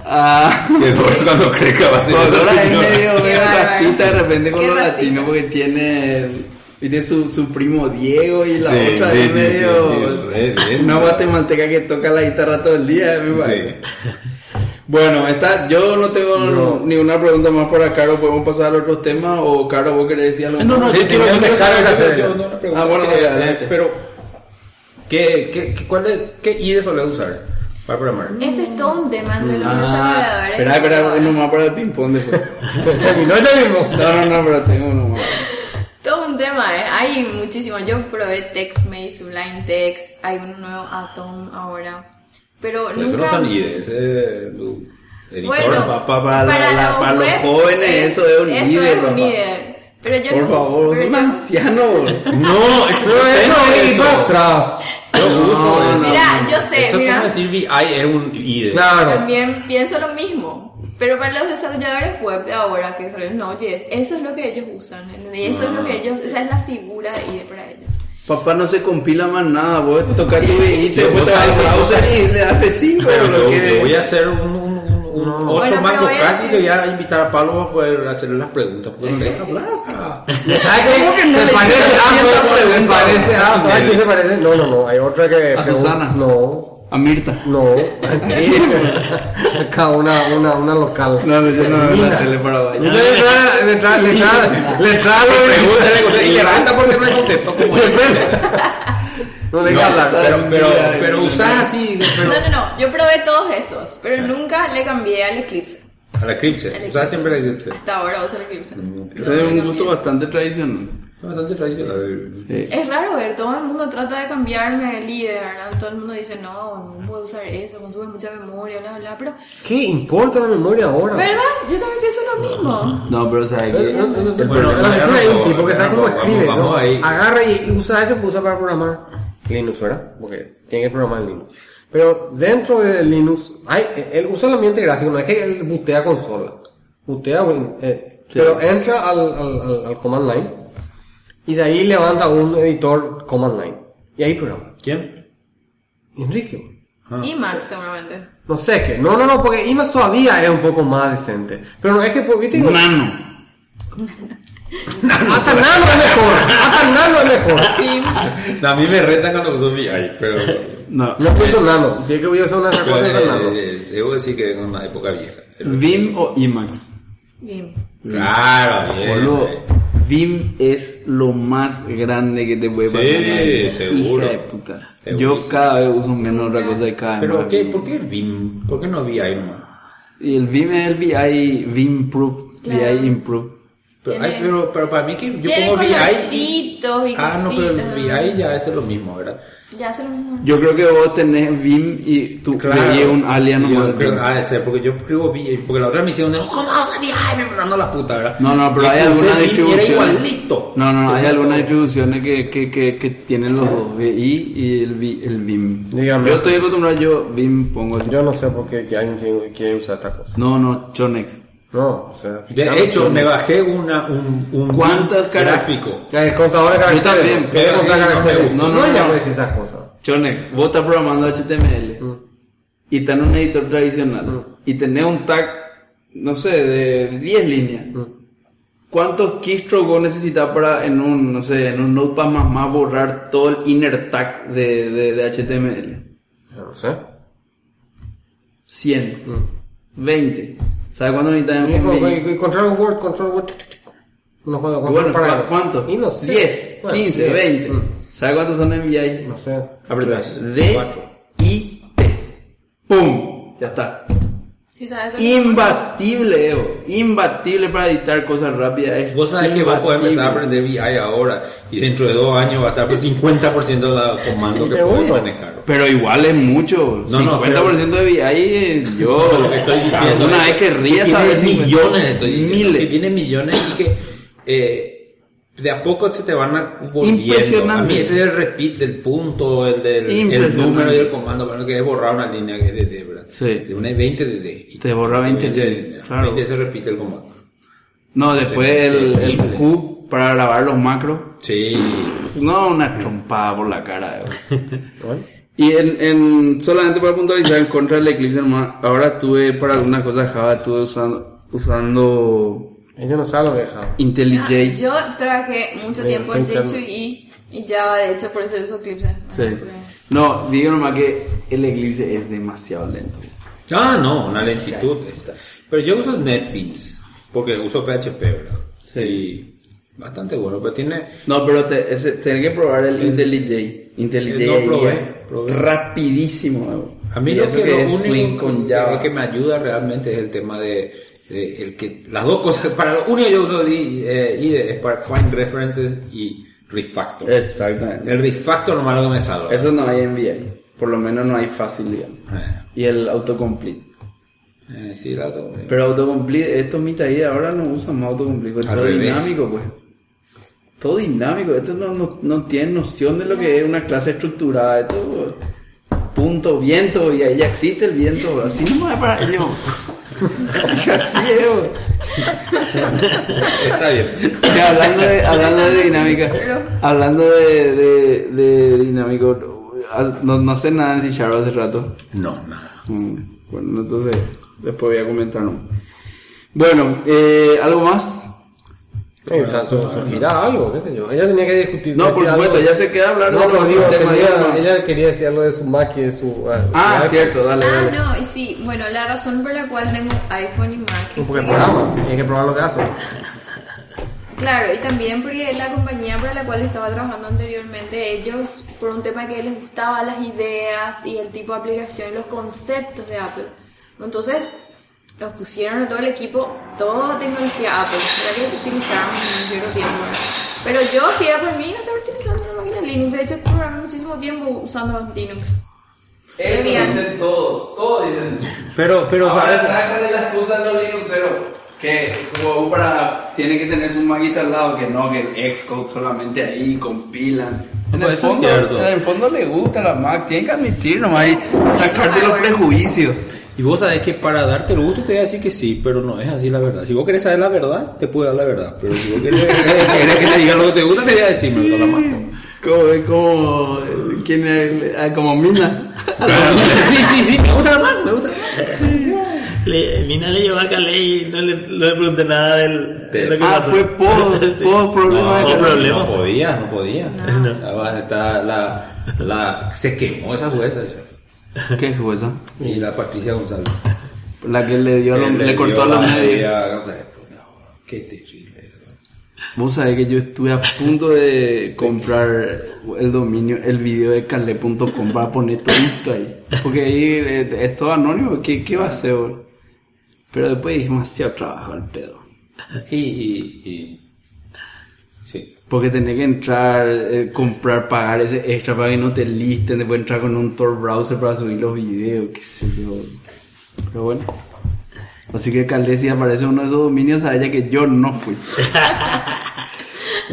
S2: Ah,
S4: Que Dora cuando cree que va a ser
S2: Dora
S4: una
S2: es
S4: señora.
S2: medio,
S6: Qué
S2: medio
S6: bárbaro.
S2: racista de repente con
S6: Qué
S2: los
S6: racista.
S2: latinos porque tiene, tiene su, su primo Diego y la
S4: Sí,
S2: otra
S4: sí,
S2: es
S4: sí,
S2: medio
S4: sí, sí, re bien.
S2: una guatemalteca que toca la guitarra todo el día. me parece. Bueno, está, yo no tengo ninguna pregunta más por acá, Caro, podemos pasar a otros temas o Caro, vos querés decir algo. más?
S3: yo quiero- yo quiero saber hacer-
S4: yo- yo- una pregunta.
S2: Ah, bueno,
S4: Eh,
S2: dale,
S4: eh,
S2: adelante.
S4: Pero, ¿qué, qué, qué, cuál es, ¿qué IDE solés usar para programar?
S6: Ese es todo un tema entre los
S2: Ah,
S6: desarrolladores.
S2: espera, espera, uno más para el ping-pong después.
S3: Terminó ya mismo.
S2: No, no, no, pero tengo uno más.
S6: Todo un tema, ¿eh? Hay muchísimo. Yo probé TextMate, Sublime Text, hay uno nuevo, Atom ahora. Pero
S4: Eso
S6: nunca...
S4: no son IDE, eh, lo- editor.
S6: Bueno,
S2: pa- pa- para la- la- para los
S6: web,
S2: jóvenes,
S6: es-
S2: eso es un líder,
S6: Eso es
S2: papá.
S6: un líder. Pero yo
S2: Por
S6: no-
S2: favor, vos sos
S6: pero
S2: un
S6: yo-
S2: anciano. boludo.
S4: No, eso no es
S3: Eso
S4: eso.
S3: iba atrás.
S4: Yo
S2: No,
S4: uso
S2: no,
S4: eso.
S2: no.
S6: Mira, yo sé,
S4: Eso es
S6: mira.
S4: como decir VI es un IDE.
S3: Claro.
S6: También pienso lo mismo. Pero para los desarrolladores web de ahora, que son los Node.js, eso es lo que ellos usan, ¿entendés? Eso es
S2: Ah.
S6: lo que ellos, esa es la figura de IDE para ellos.
S2: Papá no se compila más nada, vos tocas tu pues, y
S4: Yo-
S2: después
S4: vos
S2: te vas al
S4: sabés que
S2: browser y le das F5.
S4: Pero
S2: lo
S4: yo,
S2: que-
S4: yo voy a hacer un, un, un, un otro
S6: Bueno, pero
S4: Mango
S6: voy a
S4: Cast y
S6: hacer-
S4: le voy a invitar a Pablo para poder hacerle las preguntas. Pues, Porque no le deja hablar acá.
S2: ¿Cómo que no
S3: Se
S2: le
S3: parece
S2: hiciste
S3: a
S2: cierta
S3: Apple, se
S2: pregunta?
S3: parece a Apple. ¿Sabes quién se parece? No, no, no. Hay otra que.
S2: A Susana.
S3: No,
S2: A Mirta.
S3: no. Acá una, una, una local.
S2: No, no, yo no veo la tele para abajo.
S3: Yo le entraba, le entraba, le entraba, le entraba lo de-
S4: Pregúntale y
S7: Ah,
S4: levanta porque no le contestó como es.
S3: No le
S4: No,
S3: deja hablar.
S4: pero, pero, pero usás así. Pero,
S6: No, no, no, yo probé todos esos, pero nunca le cambié al Eclipse.
S4: a la Eclipse. Usás siempre la Eclipse.
S6: Hasta ahora uso el Eclipse. No,
S2: Es un
S6: no
S2: gusto
S6: cambié.
S2: bastante tradicional.
S4: Bastante tradicional.
S6: Es raro ver, todo el mundo trata de cambiarme de líder, ¿verdad? Todo el mundo dice, no, no puedo usar eso, consume mucha memoria, bla, bla, pero...
S3: ¿Qué importa la memoria ahora?
S6: ¿Verdad? Yo también pienso lo mismo.
S2: No, pero o sea,
S3: No, no, no, no.
S4: El
S3: Bueno, en la
S4: problema
S3: oficina
S4: era
S3: hay un
S4: todo,
S3: tipo que
S4: era
S3: sabe cómo
S4: todo. Vamos-
S3: escribe.
S4: vamos
S3: ¿no?
S4: ahí.
S3: Agarra y y usa que usa para programar Linux, ¿verdad? Porque tiene que programar en Linux. Pero dentro de Linux, hay, él usa el ambiente gráfico, no es que él butea consola. Butea, Win- eh, pero entra al, al, al, al command line y de ahí levanta un editor command line. Y ahí programa.
S4: ¿Quién?
S3: Enrique.
S6: Y Max, seguramente.
S3: No sé qué. No, no, no, porque IMAX todavía es un poco más decente. Pero no es que, pues, viste,
S2: Nano.
S3: hasta nano es mejor. Hasta nano es mejor.
S6: Sí.
S4: A mí me retan cuando uso VI, pero.
S2: No.
S3: No puso nano. Si es que voy a usar una
S4: pero,
S3: cosa de nano.
S4: eh, eh, debo decir que es una época vieja.
S2: ¿Vim o IMAX?
S6: Bien.
S4: Claro, eh, bien.
S2: Mm. Boludo, Vim es lo más grande que te puede
S4: Sí,
S2: pasar. en la vida,
S4: seguro.
S2: Hija de puta. Yo
S4: Segurísimo.
S2: cada vez uso menos otra cosa de cada vez.
S4: Pero,
S2: más
S4: ¿qué,
S2: Vim.
S4: ¿por qué VIM? ¿Por qué no VI nomás?
S2: Y el Vim es el VI, Vim Improve,
S6: Claro.
S2: VI Improve.
S4: Pero, ay,
S6: Tiene-
S4: pero, pero para mí que yo
S6: Tiene
S4: pongo VI. y-
S6: colorcitos y
S4: Ah, no, pero
S6: cositas.
S4: el VI ya eso es lo mismo, ¿verdad?
S6: Ya hace lo mismo.
S2: Yo creo que vos tenés Vim y tú le llevas un alias
S4: Yo
S2: nomás. al
S4: creo-
S2: Vim.
S4: ah, ese, porque yo escribo VI, eh, porque la otra me hicieron, oh, ¿cómo vas a VI? Me mandando la puta, ¿verdad?
S2: No, no, pero
S4: Y
S2: hay
S4: puse
S2: algunas
S4: VIM y
S2: distribuciones.
S4: Era igualito.
S2: No, no, no, hay algunas distribuciones que, que, que, que tienen los dos, VI y el, Vi- el Vim.
S3: Dígame.
S2: Yo estoy acostumbrado, yo Vim pongo así.
S3: Yo no sé por qué que alguien quiere- quiere usar esta cosa.
S2: No, no, Chonex.
S3: No, o sea.
S4: De hecho, me bajé una, un, un
S2: ¿Cuántas
S4: VIM
S2: caras?
S4: gráfico.
S3: El contador de caracteres.
S2: también,
S3: ¿no? Quiere
S4: pero
S3: contar
S4: a mí no me
S3: caracteres.
S2: gusta.
S3: No,
S2: No, no,
S3: no,
S2: no.
S3: ella puede decir esas cosas.
S2: Chonex, vos estás programando HTML
S3: Mm.
S2: y está en un editor tradicional y tenés un tag, no sé, de 10 líneas.
S3: Mm.
S2: ¿Cuántos keystrokes vos necesitas para en un, no sé, en un notepad más más borrar todo el inner tag de, de, de HTML?
S3: No sé.
S2: 100,
S3: Mm.
S2: 20. ¿Sabes cuánto necesitas
S3: Y
S2: en un
S3: con-
S2: VI?
S3: con- Control Word, Control Word. tic, tic, tic. No juego
S2: Y Bueno,
S3: control para.
S2: ¿cu- ¿cuánto?
S3: Y no sé.
S2: 10,
S3: Bueno,
S2: 15,
S3: diez. Mm.
S2: 20. ¿Sabes cuántos son en VI?
S3: No sé.
S2: Apretas
S4: Tres,
S2: D,
S4: cuatro.
S2: I, T. ¡Pum! Ya está.
S6: Sí, sabes lo que-
S2: Imbatible, Evo. Imbatible para editar cosas rápidas. Es
S4: Vos sabés que vos podés
S2: imbatible.
S4: empezar a aprender VI ahora y dentro de dos años va a estar por 50% de los comandos que puedes manejar.
S2: Pero igual es mucho.
S4: No, no,
S2: 50% de VI, eh, yo.
S4: Lo que estoy diciendo
S2: Una vez
S4: es
S2: querría
S4: que
S2: saber.
S4: tiene
S2: 50.
S4: millones, estoy diciendo, que
S2: Miles.
S4: tiene millones y que eh, de a poco se te van a volviendo.
S2: Impresionante.
S4: A mí ese es el repeat del punto, el del el
S2: Impresionante.
S4: número y el comando, bueno, que es borrar una línea que es de D, ¿verdad?
S2: Sí.
S4: De una 20 de D.
S2: Te borra 20 DD, claro.
S4: 20 se repite el comando.
S2: No, después el, el
S4: Terrible.
S2: Q para grabar los macros.
S4: Sí.
S2: No, una trompada por la cara. güey. y en, en- solamente para puntualizar, en contra del Eclipse, hermano, ahora tuve para alguna cosa Java, estuve usando, usando
S3: Ella no sabe lo que es Java.
S6: Ah,
S2: IntelliJ.
S6: Yo trabajé mucho
S3: Bien,
S6: tiempo en
S3: estoy
S6: J2E E y Java, de hecho, por eso uso Eclipse.
S2: Sí. No, digo nomás que el Eclipse es demasiado lento.
S4: Ah, no, una lentitud esta. Pero yo uso NetBeans, porque uso PHP, ¿verdad?
S2: Sí.
S4: Y bastante bueno, pero tiene...
S2: No, pero te, ese- tenés que probar el IntelliJ. IntelliJ
S4: eh, No,
S2: ahí
S4: probé,
S2: es
S4: probé.
S2: rapidísimo. güey.
S4: A mí
S2: Y
S4: lo
S2: eso
S4: que, lo
S2: es
S4: único
S2: swing con
S4: que-
S2: Java.
S4: que me ayuda realmente es el tema de, de el que las dos cosas para lo único que yo uso I- eh, IDE es para find references y refactor.
S2: Exactamente.
S4: El refactor nomás es lo que me salva.
S2: Eso no hay en VI. Por lo menos no hay fácil, digamos.
S4: Eh,
S2: Y el autocomplete.
S4: eh, sí, la otra-
S2: Pero autocomplete, estos mitaí ahora no usan más autocomplete, pues,
S4: Al
S2: todo
S4: revés.
S2: dinámico, pues. Todo dinámico, estos no, no, no tienen noción de lo que es una clase estructurada, esto punto, viento, y ahí ya existe el viento, bro. así no es para ellos. así es, pues. bro.
S4: Está bien.
S2: Que hablando de, hablando de dinámica, hablando de, de, de dinámico, no, no sé nada en C Sharp hace rato.
S4: No, nada.
S2: Mm, Bueno, entonces después voy a comentarlo. Bueno, eh, ¿algo más?
S3: Eh, o sea, su- surgirá algo, qué sé yo. Ella tenía que discutir.
S2: No, por
S3: decir
S2: supuesto,
S3: algo.
S2: ya se queda hablar
S3: No,
S2: de
S3: pero
S2: los
S3: digo,
S2: sistemas,
S3: tenía-
S2: digamos.
S3: ella quería decir algo de su Mac y de su.
S2: Ah, cierto, dale,
S6: Ah,
S2: dale.
S6: no, y sí, bueno, la razón por la cual tengo iPhone y Mac es
S3: Porque el programa, tiene que probar lo que hace.
S6: Claro, y también porque la compañía para la cual estaba trabajando anteriormente, ellos, por un tema que les gustaba las ideas y el tipo de aplicación, los conceptos de Apple. Entonces, los pusieron a todo el equipo, toda tecnología Apple, la que utilizaron un cierto tiempo. ¿no? Pero yo, si era por mí, no estaba utilizando una máquina Linux. De hecho, programé muchísimo tiempo usando Linux. Eso Debían. dicen
S2: todos, todos dicen.
S3: Pero, pero, ¿sabes?
S2: de la excusa de los Linuxeros que como para tiene que tener su maguita al lado, que no, que el Xcode solamente ahí compilan. En el,
S4: Pues eso es
S2: fondo,
S4: cierto.
S2: en el fondo le gusta la Mac, tienen que admitir nomás y sacarse los prejuicios.
S4: Y vos sabés que para darte el gusto te voy a decir que sí, pero no es así la verdad. Si vos querés saber la verdad, te puedo dar la verdad. Pero si vos querés, querés que te diga lo que te gusta, te voy a decir, me gusta la más.
S2: Como, como, ¿quién es? Ah, como Mina.
S4: Sí, sí, sí, me gusta la más, me gusta la más.
S5: Le, Mina le llevó a Calais y no le, no le pregunté nada del, de lo que
S2: Ah,
S5: pasó.
S2: fue post,
S5: Sí.
S2: post problema
S5: No,
S2: de
S5: no, problema.
S4: No podía, no podía. Estaba- estaba la, la, se quemó esa jueza
S2: ¿Qué es eso?
S4: y la Patricia González.
S2: La que le dio,
S4: Él
S2: le, cortó
S4: dio
S2: la media.
S4: media, o sea, puta, Qué terrible.
S2: Vos sabés que yo estuve a punto de comprar el dominio, el video de carle.com para poner todo esto ahí. Porque ahí eh, es todo anónimo, ¿qué, qué va a hacer? bol? Pero después dije, demasiado trabajo al pedo.
S4: Y, y, y- sí.
S2: Porque tenés que entrar, eh, comprar, pagar ese extra para que no te listen, después entrar con un Tor browser para subir los videos, qué sé yo. Pero bueno. Así que Calde, si aparece uno de esos dominios, sabía que yo no fui.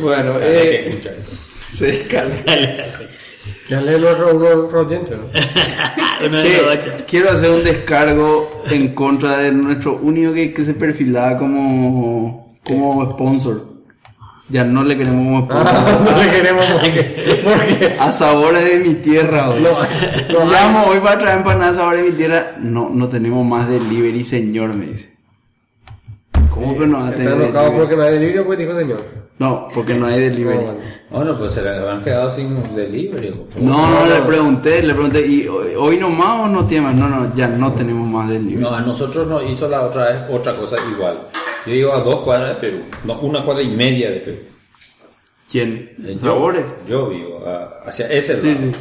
S2: bueno,
S4: Cada que
S2: eh,
S4: escucha esto.
S2: sí, Calde.
S3: Ya le lo robó Roger. ¿no?
S5: Una
S2: Che,
S5: de las ocho.
S2: quiero hacer un descargo en contra de nuestro único que, que se perfilaba como, como sponsor. Ya no le queremos como sponsor.
S3: Ah, No le queremos porque. porque
S2: A sabores de mi tierra, bro. Llamo hoy para traer empanadas a sabores de mi tierra. No, no tenemos más delivery, señor, me dice. ¿Cómo que no va a
S3: está
S2: tener
S3: enojado
S2: delivery?
S3: porque no hay delirio, pues dijo señor.
S2: No, porque no hay delivery.
S3: No, bueno.
S4: Bueno, pues se le han quedado sin delivery.
S2: No, no, le pregunté, le pregunté, ¿y hoy hoy nomás o no tiene más? No, no, ya no tenemos más delivery.
S4: No, a nosotros nos hizo la otra vez otra cosa igual. Yo digo a dos cuadras de Perú, no, una cuadra y media de Perú.
S2: ¿Quién?
S4: Eh, yo-
S2: ¿Sabores?
S4: Yo vivo a- hacia ese
S2: Sí,
S4: lado.
S2: sí.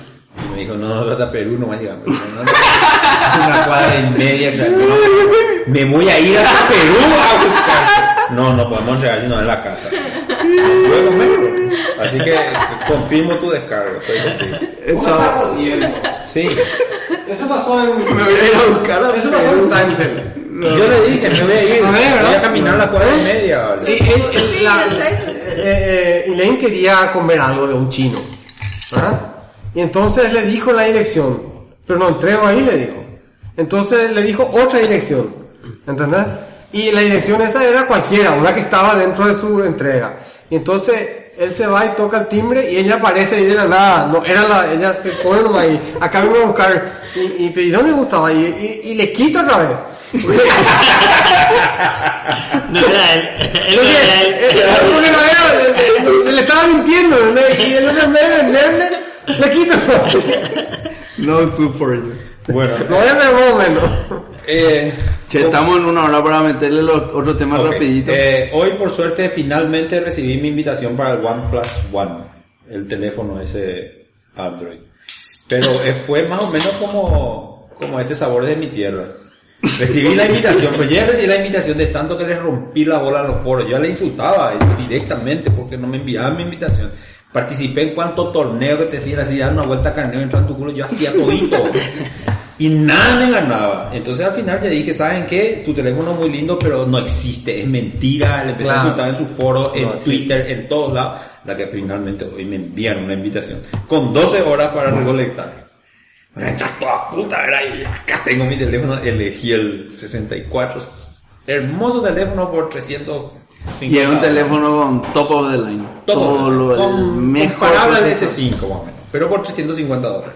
S4: Y me dijo, no, no, hasta Perú no va a llegar. Pero no, no, una cuadra y media, claro. no. me voy a ir a Perú a buscar. No, no podemos entregar sino en la casa. No puedo comerlo. Así que confirmo tu descargo. Estoy contigo. Sí.
S3: Eso pasó en.
S2: Me voy a ir a buscar a
S3: Eso pasó en Seinfeld.
S4: Yo le dije, me voy a ir. Voy a caminar la cuadra y media.
S7: Y,
S2: ¿Eh?
S4: vale.
S7: él- él-
S6: Sí,
S7: la-
S6: yo sé.
S7: eh, eh, Elaine quería comer algo de un chino. ¿verdad? Y entonces le dijo la dirección. Pero no entrego ahí, le dijo. Entonces le dijo otra dirección. ¿Entendés? Y la dirección esa era cualquiera, una que estaba dentro de su entrega. Y entonces él se va y toca el timbre y ella aparece ahí de la nada. No, era la, ella se pone nomás y acá vengo a buscar. Y, y, pero ¿y dónde gustaba? Y, y- y le quita otra vez.
S5: No era él. Él no era
S7: Entonces,
S5: él.
S7: eh, como que no era, eh, le estaba mintiendo, ¿no? Y el otro en vez de venderle, le quito.
S2: No super.
S4: Bueno,
S7: No voy a menos.
S4: eh,
S2: Che, estamos en una hora para meterle los otros temas
S4: ok.
S2: rapidito.
S4: Eh, hoy por suerte finalmente recibí mi invitación para el OnePlus One, el teléfono ese Android. Pero eh, fue más o menos como, como este sabor de mi tierra. Recibí la invitación, pero yo ya recibí la invitación de tanto que les rompí la bola en los foros. Yo ya le insultaba eh, directamente porque no me enviaban mi invitación. Participé en cuanto torneo que te hacían así, dar una vuelta a carneo, entrar en tu culo, yo hacía todito. Y nada me ganaba. Entonces al final ya dije, ¿saben qué? Tu teléfono es muy lindo, pero no existe, es mentira. Le empecé a
S7: Claro.
S4: insultar en su foro, en
S7: No, sí.
S4: Twitter, en todos lados. La que finalmente hoy me envían una invitación con 12 horas para recolectar. Me echa toda puta, ¿verdad? Y acá tengo mi teléfono, elegí el 64. Hermoso teléfono por 350.
S2: y es un teléfono con top of the line. Todo lo el
S4: con,
S2: mejor.
S4: comparable al
S2: procesador.
S4: S5 más o menos, pero por 350 dólares.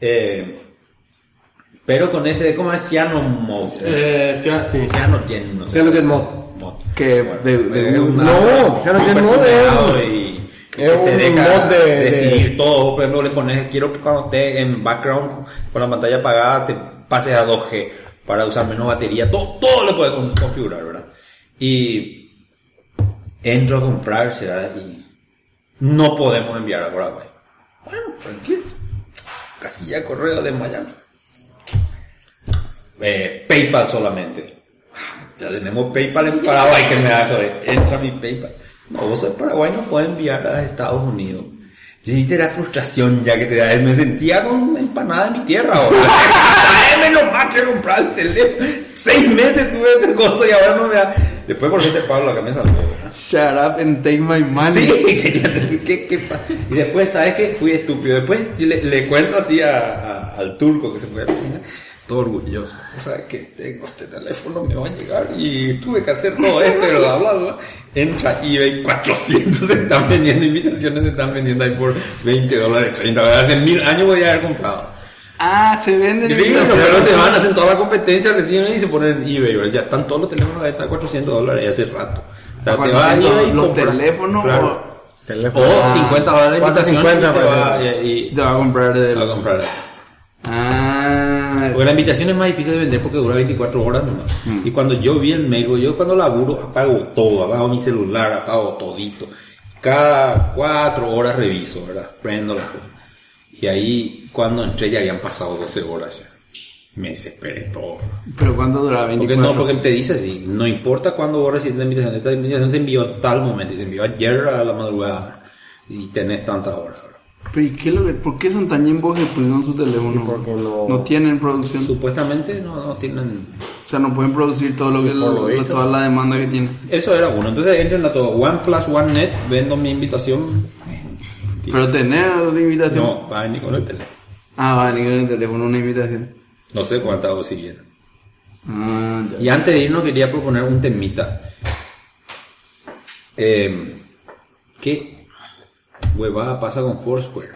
S4: Eh, pero con ese, ¿cómo es? Ciano Mod.
S7: Eh,
S3: ah,
S7: sí.
S4: Ciano Gen, no sé.
S7: Ciano Gen Mod.
S4: Mod.
S2: Que de- de
S4: es
S2: un-
S4: una-
S7: No, Ciano Gen
S4: súper
S7: Mod es
S4: complicado
S7: un-
S4: y
S7: es
S4: que te
S7: un
S4: deja
S7: mod de-
S4: decidir todo, por ejemplo, le pones, quiero que cuando esté en background con la pantalla apagada te pases a 2G para usar menos batería, todo, todo lo puedes con- configurar, ¿verdad? Y entro a comprar ¿verdad? y no podemos enviar a Paraguay. Bueno, tranquilo. Casilla de correo de Miami. Eh, PayPal solamente. Ya tenemos PayPal en Paraguay que me da joder. Entra mi PayPal. No, vos sos de Paraguay no puedes enviar a Estados Unidos. Yo te la frustración ya que te da. Me sentía con una empanada en mi tierra ahora. Tráeme nomás que comprar el teléfono. Seis meses tuve otra cosa y ahora no me da. Después por suerte Pablo la camisa.
S2: Shut up and take my money.
S4: Sí, quería tener- ¿qué- qué pa- Y después, ¿sabes qué? Fui estúpido. Después le, le cuento así a- a- al turco que se fue a la piscina, todo orgulloso. O sea, que tengo este teléfono, me va a llegar y tuve que hacer todo esto y bla, bla, bla. Entra eBay, 400 se están vendiendo invitaciones, se están vendiendo ahí por 20 dólares, 30 dólares. Hace mil años podía haber comprado.
S2: Ah, se venden.
S4: Y sí,
S2: en-
S4: pero luego se van, hacen toda la competencia, reciben y se ponen en eBay, ¿verdad? Ya están todos los teléfonos, ahí están 400 dólares hace rato. O sea, te vas a eBay y
S2: los
S4: compras.
S2: teléfonos
S4: Claro. O 50 dólares de invitación
S7: 450
S4: y te va
S7: para-
S3: pues.
S4: y,
S2: o
S4: y-
S2: Ah. te va a comprar
S4: te
S2: el.
S4: va a comprar.
S2: Ah,
S4: Porque la invitación es más difícil de vender porque dura 24 horas nomás.
S2: Mm.
S4: Y cuando yo vi el mail, yo cuando laburo apago todo, apago mi celular, apago todito. Cada 4 horas reviso, ¿verdad? Prendo las cosas. Y ahí cuando entré ya habían pasado 12 horas ya. Me desesperé todo.
S2: pero ¿cuánto duraba? 24.
S4: Porque no, porque te dice así, no importa cuándo vos recibes la invitación, esta invitación se envió en tal momento y se envió ayer a la madrugada y tenés tantas horas. ¿verdad?
S2: Pero, ¿y qué lo que- ¿Por qué son tan llenos de producción sus teléfonos?
S7: porque no-
S2: tienen producción.
S4: Supuestamente no, no tienen.
S2: O sea, no pueden producir todo lo que
S7: Por lo
S2: lo-
S7: visto.
S2: toda la demanda que tienen.
S4: Eso era uno. Entonces entren a todo. One Flash, One Net, vendo mi invitación.
S2: Pero tener la invitación.
S4: No, va a venir con el teléfono.
S2: Ah, vale, en el teléfono una invitación.
S4: No sé cuántas o siguieron.
S2: Ah, ya.
S4: Y antes de irnos quería proponer un temita. Eh, ¿Qué huevada pasa con Foursquare?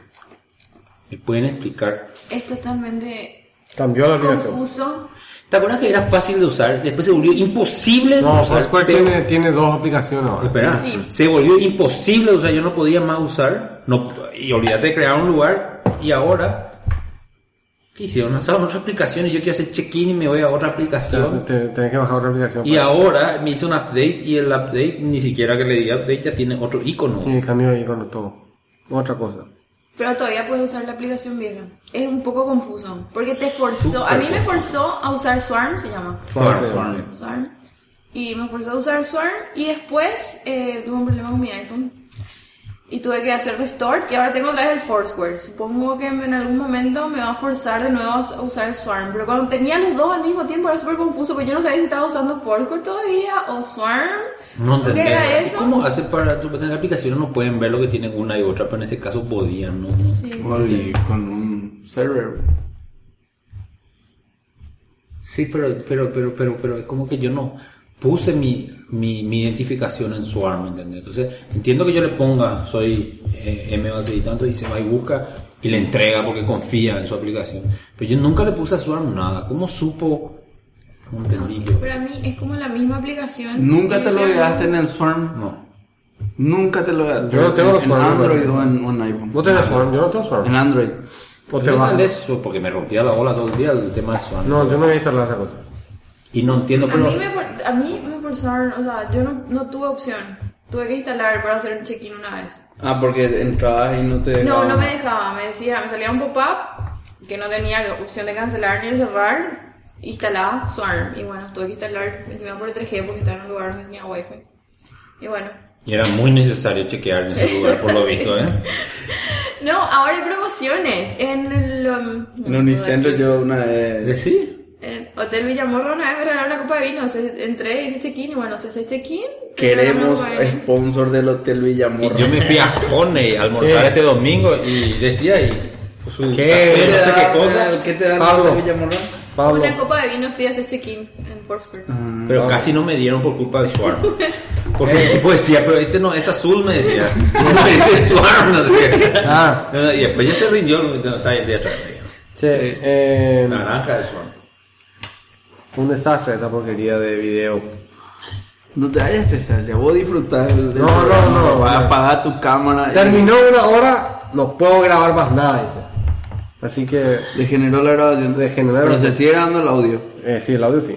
S4: ¿Me pueden explicar?
S6: Es totalmente
S7: Cambió la aplicación.
S6: confuso.
S4: ¿Te acuerdas que era fácil de usar? Después se volvió imposible de
S7: No,
S4: usar.
S7: Foursquare
S4: pero-
S7: tiene, tiene dos aplicaciones ahora.
S4: Espera,
S6: Sí.
S4: se volvió imposible, o sea, yo no podía más usar, no, y olvídate de crear un lugar, y ahora, ¿qué hicieron? Lanzaron otra aplicación y yo quiero hacer check-in y me voy a otra
S7: Entonces,
S4: aplicación.
S7: te- Tenés que bajar otra aplicación.
S4: Y ahora me hizo un update y el update, ni siquiera que le di update, ya tiene otro icono.
S7: Tiene cambio ahí con todo. Otra cosa.
S6: Pero todavía puedes usar la aplicación vieja. Es un poco confuso. Porque te forzó. A mí me forzó a usar Swarm, se llama. Swarm. Y me forzó a usar Swarm. Y después eh, tuve un problema con mi iPhone. Y tuve que hacer restore. Y ahora tengo otra vez el Foursquare. Supongo que en algún momento me va a forzar de nuevo a usar Swarm. Pero cuando tenía los dos al mismo tiempo era súper confuso. Porque yo no sabía si estaba usando Foursquare todavía o Swarm.
S4: No
S6: ¿O ¿Qué
S4: entendía.
S6: era
S4: nada.
S6: eso?
S4: ¿Cómo hace para tu tener aplicaciones? No pueden ver lo que tienen una y otra, pero en este caso podían, ¿no?
S6: Sí.
S2: Y con un server.
S4: Sí, pero, pero, pero, pero, pero es como que yo no puse mi, mi, mi identificación en Swarm, ¿entendés? Entonces, entiendo que yo le ponga, soy eh, M base y tanto, y se va y busca y le entrega porque confía en su aplicación. Pero yo nunca le puse a Swarm nada. ¿Cómo supo? No entendí yo.
S6: Pero a mí es como la misma aplicación.
S2: ¿Nunca
S6: Y
S2: te
S6: yo
S2: lo
S6: siempre-
S2: dejaste en el Swarm?
S4: No.
S2: Nunca te lo dejaste.
S3: Yo no tengo
S2: en,
S3: los
S2: en
S3: Swarm,
S2: Android
S3: ¿verdad?
S2: o en, o en iPhone.
S3: ¿Vos tenés Swarm? Yo no tengo Swarm.
S2: En Android.
S3: ¿O te
S4: Yo
S3: bajas?
S4: instalé eso porque me rompía la bola todo el día el tema de Swarm.
S3: No, yo no voy a instalar esa cosa.
S4: Y no entiendo,
S6: A
S4: pero...
S6: mí, me, for- a mí me forzaron, o sea, yo no, no tuve opción. Tuve que instalar para hacer un check-in una vez.
S2: Ah, porque entrabas y no te.
S6: No,
S2: dejaba.
S6: no me dejaba, me decía, me salía un pop-up que no tenía opción de cancelar ni de cerrar. Instalaba Swarm y bueno, tuve que instalar encima por 3G porque estaba en un lugar donde tenía wifi. Y bueno,
S4: Y era muy necesario chequear en ese lugar, por lo visto, ¿eh?
S6: no, ahora hay promociones en el. um,
S2: En Unicentro yo una vez.
S4: Sí.
S6: En Hotel Villamorra una vez me regalaron una copa de vino. se- entré, hice check-in y bueno, se hace check-in. y me regalaron
S2: Queremos
S6: una
S2: eh,
S6: copa de vino.
S2: sponsor del Hotel
S4: Y
S2: Villamorra.
S4: yo me fui a Honey a almorzar
S3: Sí.
S4: este domingo y decía y pues, su
S3: ¿Qué?
S4: café,
S2: ¿Qué
S4: no
S2: te
S4: sé
S2: da-
S4: qué cosa,
S2: ¿Qué te da el
S3: Pablo.
S2: Hotel Villamorra?
S3: Pablo.
S6: Una copa de vino sí hace check-in en Foursquare.
S4: pero casi no me dieron por culpa de Swarm. Porque el tipo decía, pero este no, es azul, me decía. Este es Swarm, no sé qué.
S3: Ah.
S4: No, no, Y después ya se rindió, no, está bien, de atrás. me dijo.
S3: Che, eh,
S4: Naranja de Swarm.
S3: un desastre esta porquería de video.
S2: No te vayas a estresar, ya vos disfrutás del, del
S3: No, no,
S2: programa,
S3: no.
S2: vas a apagar tu
S7: Eh.
S2: cámara. y-
S3: Terminó una hora, no puedo grabar más nada, dice. Así que,
S2: Degeneró la grabación.
S3: Degeneró la
S2: Pero
S3: grabación.
S2: se sigue grabando el audio.
S3: eh, sí, el audio sí.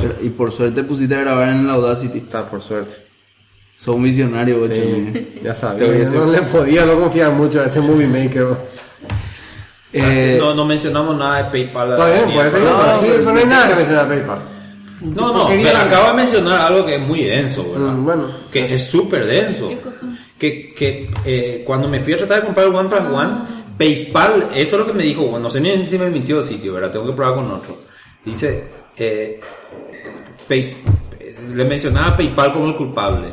S2: Pero- y por suerte pusiste a grabar en el Audacity.
S3: Está, por suerte.
S2: Son visionarios, bocho. mire.
S3: Sí,
S2: Te
S3: ya
S2: voy a
S3: sabía.
S2: hacer-
S3: No le podía no confiar mucho a este movie maker. bro.
S2: Eh,
S4: Ah, no, no mencionamos nada de PayPal.
S3: Está bien,
S4: Ni
S3: puede ser
S4: nada.
S3: que
S2: no,
S3: sí,
S2: pero-
S3: pero no hay nada que mencionar PayPal.
S4: No, no,
S3: Porquería.
S4: pero acaba de mencionar algo que es muy denso, ¿verdad?
S3: Mm, bueno.
S4: Que es súper denso.
S6: ¿Qué cosa?
S4: Que, que eh, cuando me fui a tratar de comprar el OnePlus One, PayPal, eso es lo que me dijo, bueno, no sé ni si me mintió el sitio, ¿verdad? Tengo que probar con otro. Dice, eh, Pay- eh, le mencionaba a PayPal como el culpable.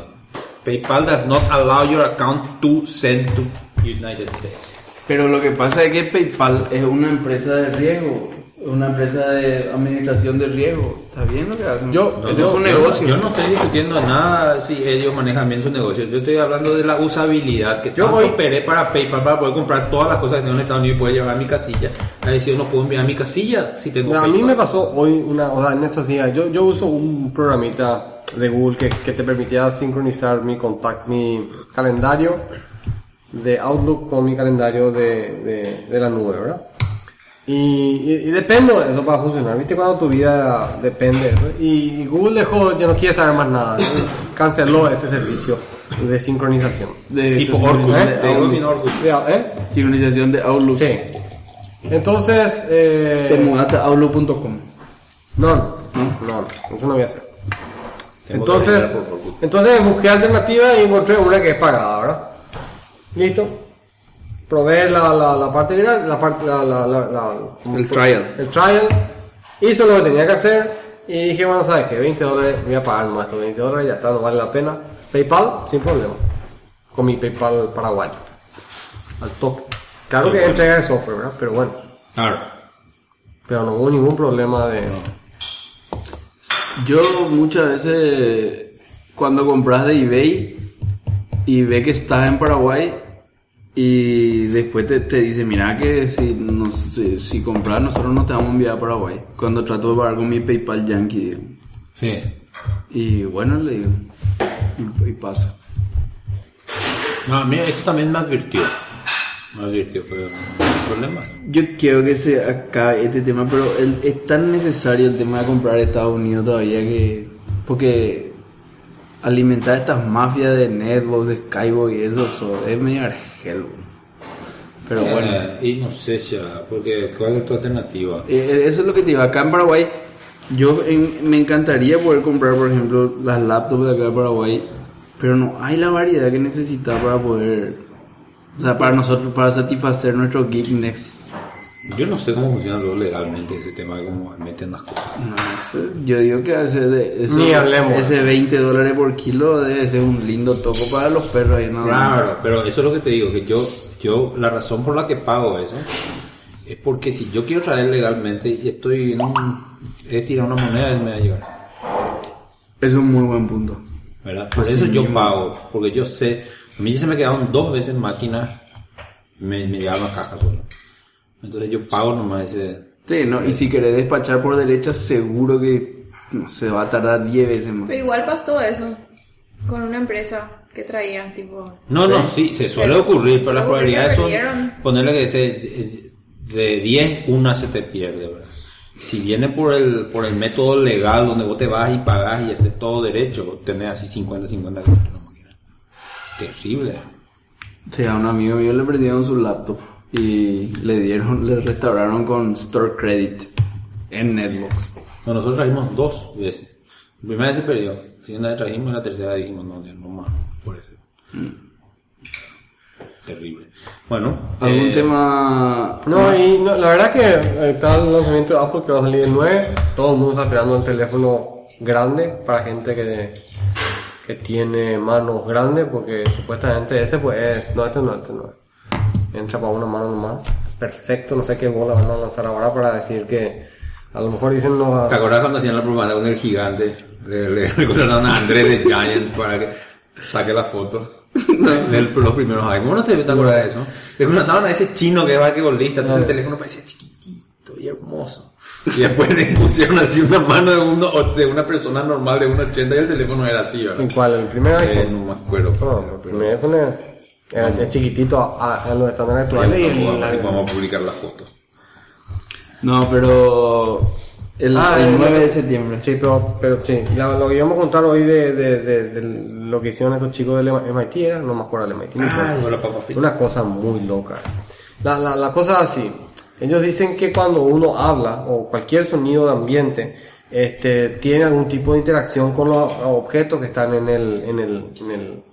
S4: PayPal does not allow your account to send to United States.
S2: pero lo que pasa es que PayPal es una empresa de riesgo. Una empresa de administración de riesgo. ¿Está bien lo que hacen? Yo,
S4: No,
S2: eso
S4: no,
S2: es un
S4: yo no-
S2: negocio.
S4: Yo no estoy discutiendo nada si ellos manejan bien su negocio. Yo estoy hablando de la usabilidad que yo
S3: voy-
S4: operé para PayPal para poder comprar todas las cosas que tengo en Estados Unidos y poder llevar a mi casilla. A ver si yo no puedo enviar a mi casilla si tengo
S3: A mí
S4: PayPal.
S3: me pasó hoy una, o sea, en estos días, yo, yo uso un programita de Google que, que te permitía sincronizar mi contact, mi calendario de Outlook con mi calendario de, de, de la nube, ¿verdad? Y, y, y dependo de eso para funcionar, ¿viste? Cuando tu vida depende de eso. Y, y Google dejó, ya no quiere saber más nada, canceló ese servicio de sincronización.
S2: De-
S4: Tipo
S2: de-
S4: Orkut,
S2: de-
S4: ¿eh?
S2: de
S4: Orkut.
S2: Outlook.
S3: Ya, ¿Eh?
S2: Sincronización de Outlook.
S3: Sí. Entonces, eh...
S2: Te ¿Mm? mudaste a outlook.com.
S3: No, no, no, no, eso no voy a hacer.
S4: Tengo que
S3: Entonces,
S4: brindar por- por-
S3: entonces busqué alternativas y encontré una que es pagada, ¿verdad? Listo. Probé la, la, la parte gra- la parte, la, la, la, la- ¿cómo
S2: El
S3: fue?
S2: trial.
S3: El trial. Hizo lo que tenía que hacer y dije, bueno, ¿sabes qué? 20 dólares, voy a pagar más estos 20 dólares, ya está, no vale la pena. PayPal, sin problema. Con mi PayPal paraguayo. Al toque. Claro que entrega de software, ¿verdad? Pero bueno.
S4: Ahora,
S3: Pero no hubo ningún problema de...
S2: Yo muchas veces cuando compras de eBay y ve que estás en Paraguay y después te, te dice, mira que si, nos, si, si compras nosotros no te vamos a enviar a Paraguay. Cuando trato de pagar con mi PayPal Yankee, digo.
S4: sí.
S2: Y bueno, le digo, y, y pasa.
S4: No, a mí esto también me advirtió. Me advirtió, pero no hay problema.
S2: Yo quiero que se acabe este tema, pero el- es tan necesario el tema de comprar Estados Unidos todavía que... Porque alimentar estas mafias de Netbox, de Skybox y eso, eso es medio argel, boludo.
S4: Pero bueno, Eh, y no sé ya, porque ¿cuál es tu alternativa?
S2: Eh, eso es lo que te digo. Acá en Paraguay, yo en- me encantaría poder comprar, por ejemplo, las laptops de acá de Paraguay, pero no hay la variedad que necesita para poder, o sea, para nosotros, para satisfacer nuestro geekness.
S4: Yo no sé cómo funciona luego legalmente ese tema, cómo meten las cosas.
S2: No sé, Yo digo que ese, de- ese-
S3: Ni hablemos.
S2: ese 20 dólares por kilo debe ser un lindo toco para los perros. ahí, ¿no?
S4: Claro, pero eso es lo que te digo, que yo, yo, la razón por la que pago eso es porque si yo quiero traer legalmente y estoy en un, he tirado una moneda y me va a llegar,
S2: Es un muy buen punto.
S4: ¿verdad? Por eso yo pago, porque yo sé, a mí ya se me quedaron dos veces máquinas, me, me llegaron las cajas solo. Entonces yo pago nomás ese...
S2: Sí, ¿no? Y si querés despachar por derecha, seguro que no se va a tardar 10 veces más.
S6: Pero igual pasó eso con una empresa que traían, tipo.
S4: No, no, sí, se suele ocurrir, pero las
S6: Seguro que
S4: probabilidades son,
S6: perdieron.
S4: ponerle que se- de- de 10, una se te pierde, ¿verdad? Si viene por el, por el método legal, donde vos te vas y pagás y haces todo derecho, tenés así 50-50 contra la máquina. Terrible.
S2: Sí, a un amigo mío le perdieron su laptop y le dieron, le restauraron con Store Credit en Netbox.
S4: No, nosotros trajimos dos veces. La primera vez se perdió, la segunda vez trajimos y la tercera dijimos, no, ya no más, por eso. Terrible. Bueno,
S2: ¿Algún
S4: eh,
S2: tema?
S3: No, y no, la verdad que está el lanzamiento de Apple que va a salir el 9. Todo el mundo está esperando el teléfono grande para gente que, que tiene manos grandes, porque supuestamente este pues es, no, este no, este no. Entra para una mano nomás. Perfecto, no sé qué bola van a lanzar ahora para decir que a lo mejor dicen no
S4: ¿Te
S3: a...
S4: acordás cuando hacían la propaganda con el gigante? Le, le, le contrataron a Andrés de Giant para que saque la foto de los primeros iPhone. ¿Cómo no te, te acordás de eso? Le contrataron a ese chino que es basquetbolista, entonces el teléfono parecía chiquitito y hermoso. Y después le pusieron así una mano de, uno, o de una persona normal de 1,80 y el teléfono era así, ¿verdad?
S3: ¿En cuál? ¿El primer
S4: Eh,
S3: iPhone?
S4: no me acuerdo.
S3: No,
S4: pero-
S3: el primer iPhone era- era, es chiquitito a, a los estándares
S4: pero-
S3: actuales. y el-
S4: vamos,
S3: la-
S4: vamos a publicar la foto.
S2: No, pero el,
S3: Ah,
S2: el
S3: el-
S2: 9 de septiembre.
S3: Sí, pero, pero sí, la- lo que íbamos a contar hoy de, de- de- de lo que hicieron estos chicos del MIT era, no me acuerdo del MIT. no me acuerdo.
S4: Ah, la papa frita.
S3: Una cosa muy loca. La, la, la cosa es así. Ellos dicen que cuando uno habla o cualquier sonido de ambiente este, tiene algún tipo de interacción con los objetos que están en el... En el, en el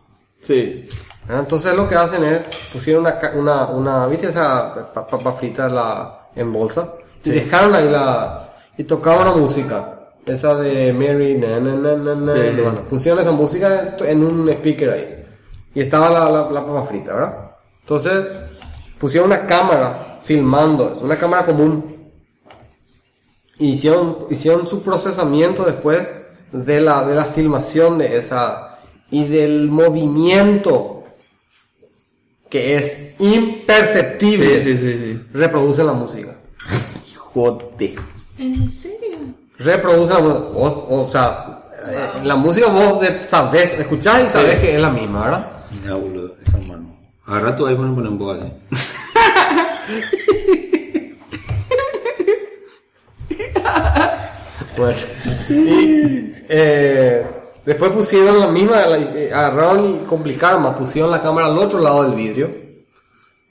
S2: Sí.
S3: ¿verdad? Ah, entonces lo que hacen es pusieron una, ca- una, una ¿viste esa pa- papa frita la, en bolsa? Y dejaron ahí la... y tocaban la música. Esa de Mary, na, na, na, na, na,
S2: Sí.
S3: y bueno, pusieron esa música en un speaker ahí. Y estaba la, la, la papa frita, ¿verdad? Entonces, pusieron una cámara filmando eso, una cámara común. Y hicieron, hicieron su procesamiento después de la, de la filmación de esa y del movimiento que es imperceptible.
S2: Sí, sí, sí, sí.
S3: Reproducen la música.
S2: Jote.
S6: ¿En serio?
S3: Reproducen la música. O, o sea, eh, la música vos de- sabés, escuchás y sabés que es la misma, ¿verdad?
S4: Mira, boludo, esa mano. Agarra tu iPhone y ponen un poco así.
S3: Pues, y, eh, después pusieron la misma, la- eh, agarraron y complicaron más, pusieron la cámara al otro lado del vidrio.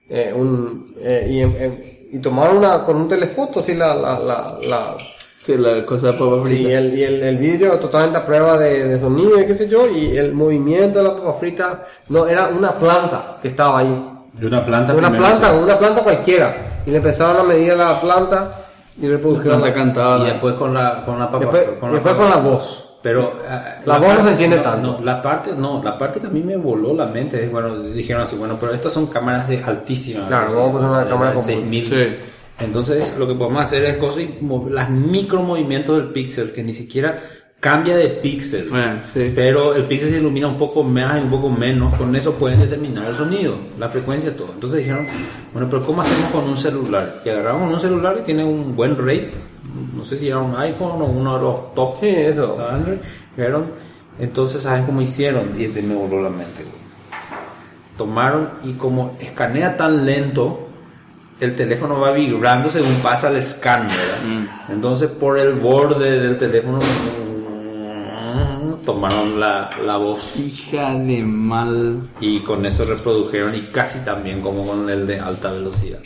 S3: Eh, un, eh, y, em- em- y tomaron una, con un telefoto, así la, la, la, la-
S2: Sí, la cosa de papa
S3: sí,
S2: frita.
S3: y el, y el, el vidrio totalmente a prueba de, de sonido y qué sé yo, y el movimiento de la papa frita, no, era una planta que estaba ahí.
S4: De una planta.
S3: Una
S4: primero,
S3: planta, una planta cualquiera. Y le empezaron a medir la planta y
S2: La planta
S3: reprodujeron la-
S2: cantaba.
S4: Y después con la, con la papa.
S3: Después, después con la voz.
S4: Pero. ah,
S3: La voz no
S4: parte-
S3: se entiende tanto.
S4: no, la parte, no, la parte que a mí me voló la mente es, bueno, dijeron así, bueno, pero estas son cámaras de altísima.
S3: Claro, vamos a poner una cámara común.
S4: 6000.
S2: Sí.
S4: Entonces, lo que podemos hacer es cosas, y mov- las micro movimientos del píxel, que ni siquiera cambia de píxel.
S2: Bueno, sí.
S4: Pero el píxel se ilumina un poco más y un poco menos, con eso pueden determinar el sonido, la frecuencia, todo. Entonces dijeron, bueno, pero ¿cómo hacemos con un celular? Y agarramos un celular que tiene un buen rate, no sé si era un iPhone o uno de los top.
S3: Sí, eso.
S4: de Android, vieron, entonces sabes cómo hicieron y te me voló la mente. güey. Tomaron y como escanea tan lento, el teléfono va vibrando según pasa el
S3: Mm.
S4: scan, ¿verdad? Entonces por el borde del teléfono
S7: Mm, tomaron la, la voz
S2: Hija de mal.
S7: y con eso reprodujeron y casi también como con el de alta velocidad.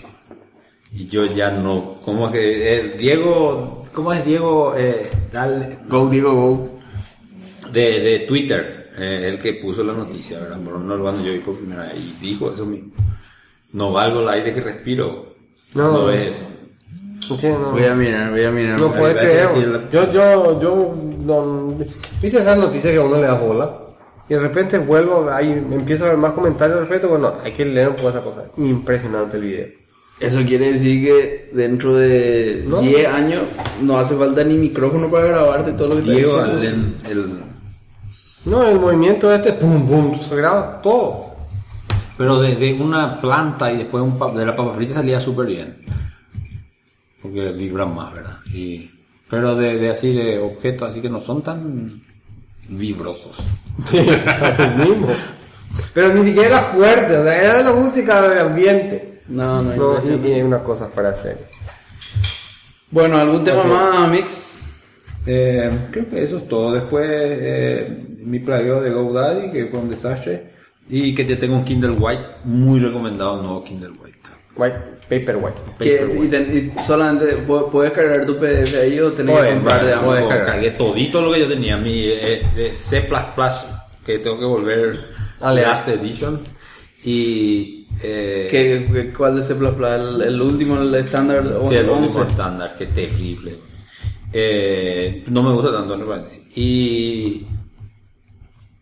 S7: Y yo ya no, ¿cómo es que eh, Diego, cómo es Diego eh, Dal-
S2: Go, Diego, go.
S7: de, de Twitter, eh, el que puso la noticia, ¿verdad? Por no lo yo vi por primera vez y dijo eso mismo. No valgo el aire que respiro. No,
S3: No.
S7: es eso.
S3: Entiendo.
S2: Voy a mirar, voy a mirar.
S3: No puede
S7: Ahí va a
S3: creer.
S7: decir
S3: güey.
S7: la-
S3: Yo, yo, yo, no- ¿viste esas noticias que a uno le da bola? Y de repente vuelvo, ahí empiezo a ver más comentarios al respecto, bueno, hay que leer un poco esa cosa. Impresionante el video.
S2: Eso quiere decir que dentro de
S3: No.
S2: 10 años no hace falta ni micrófono para grabarte todo lo que te
S7: Diego
S2: dicen.
S7: Allen, el...
S3: No, el movimiento este, pum, pum, se graba todo.
S7: Pero desde una planta y después un pa- de la papa frita salía súper bien. Porque vibran más, ¿verdad? Y, pero de, de así, de objetos así que no son tan vibrosos.
S3: Sí, así mismo. Pero ni siquiera era fuerte, o sea, era de la música del ambiente.
S2: No, no,
S3: No,
S2: no.
S3: sí, tiene unas cosas para hacer.
S2: Bueno, ¿algún tema más, Mix?
S7: Eh, creo que eso es todo. Después eh, mi plagueo de GoDaddy, que fue un desastre. Y que te tengo un Kindle White, muy recomendado, un nuevo Kindle White.
S3: White, paper white.
S2: Que y, ten- y solamente pu- puedes cargar tu PDF ahí o tenés que
S3: Puedes,
S2: comprar de
S7: Vale,
S2: ambos.
S7: luego cargué todito lo que yo tenía, mi eh, de C++, que tengo que volver
S3: A leer.
S7: Last Edition. Y... Eh,
S2: ¿Qué- qué- ¿Cuál es el, el último, el estándar? o
S7: Sí, el
S2: once?
S7: último estándar, que terrible. Eh, no me gusta tanto, entre paréntesis. Y.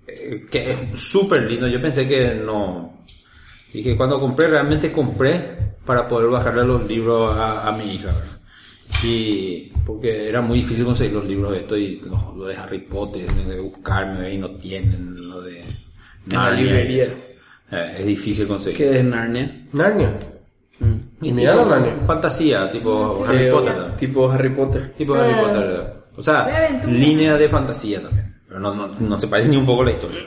S7: eh, que es súper lindo. Yo pensé que no. Dije, cuando compré, realmente compré para poder bajarle los libros a, a mi hija, ¿verdad? Y. Porque era muy difícil conseguir los libros de esto y los, lo de Harry Potter, tengo que buscarme ahí, no tienen lo de.
S2: Ah, la
S7: Narnia y
S2: librería.
S7: eso. Eh, es difícil conseguir.
S2: ¿Qué es Narnia?
S3: Narnia.
S7: Y
S3: Mirá
S7: tipo,
S3: la Narnia.
S7: Fantasía, tipo Harry
S2: Eh,
S7: Potter.
S2: o-
S7: ¿no?
S2: Tipo Harry Potter.
S7: Tipo Harry Potter. O
S6: de
S7: sea,
S6: aventura.
S7: línea de fantasía también. Pero no, no, no se parece ni un poco a la historia.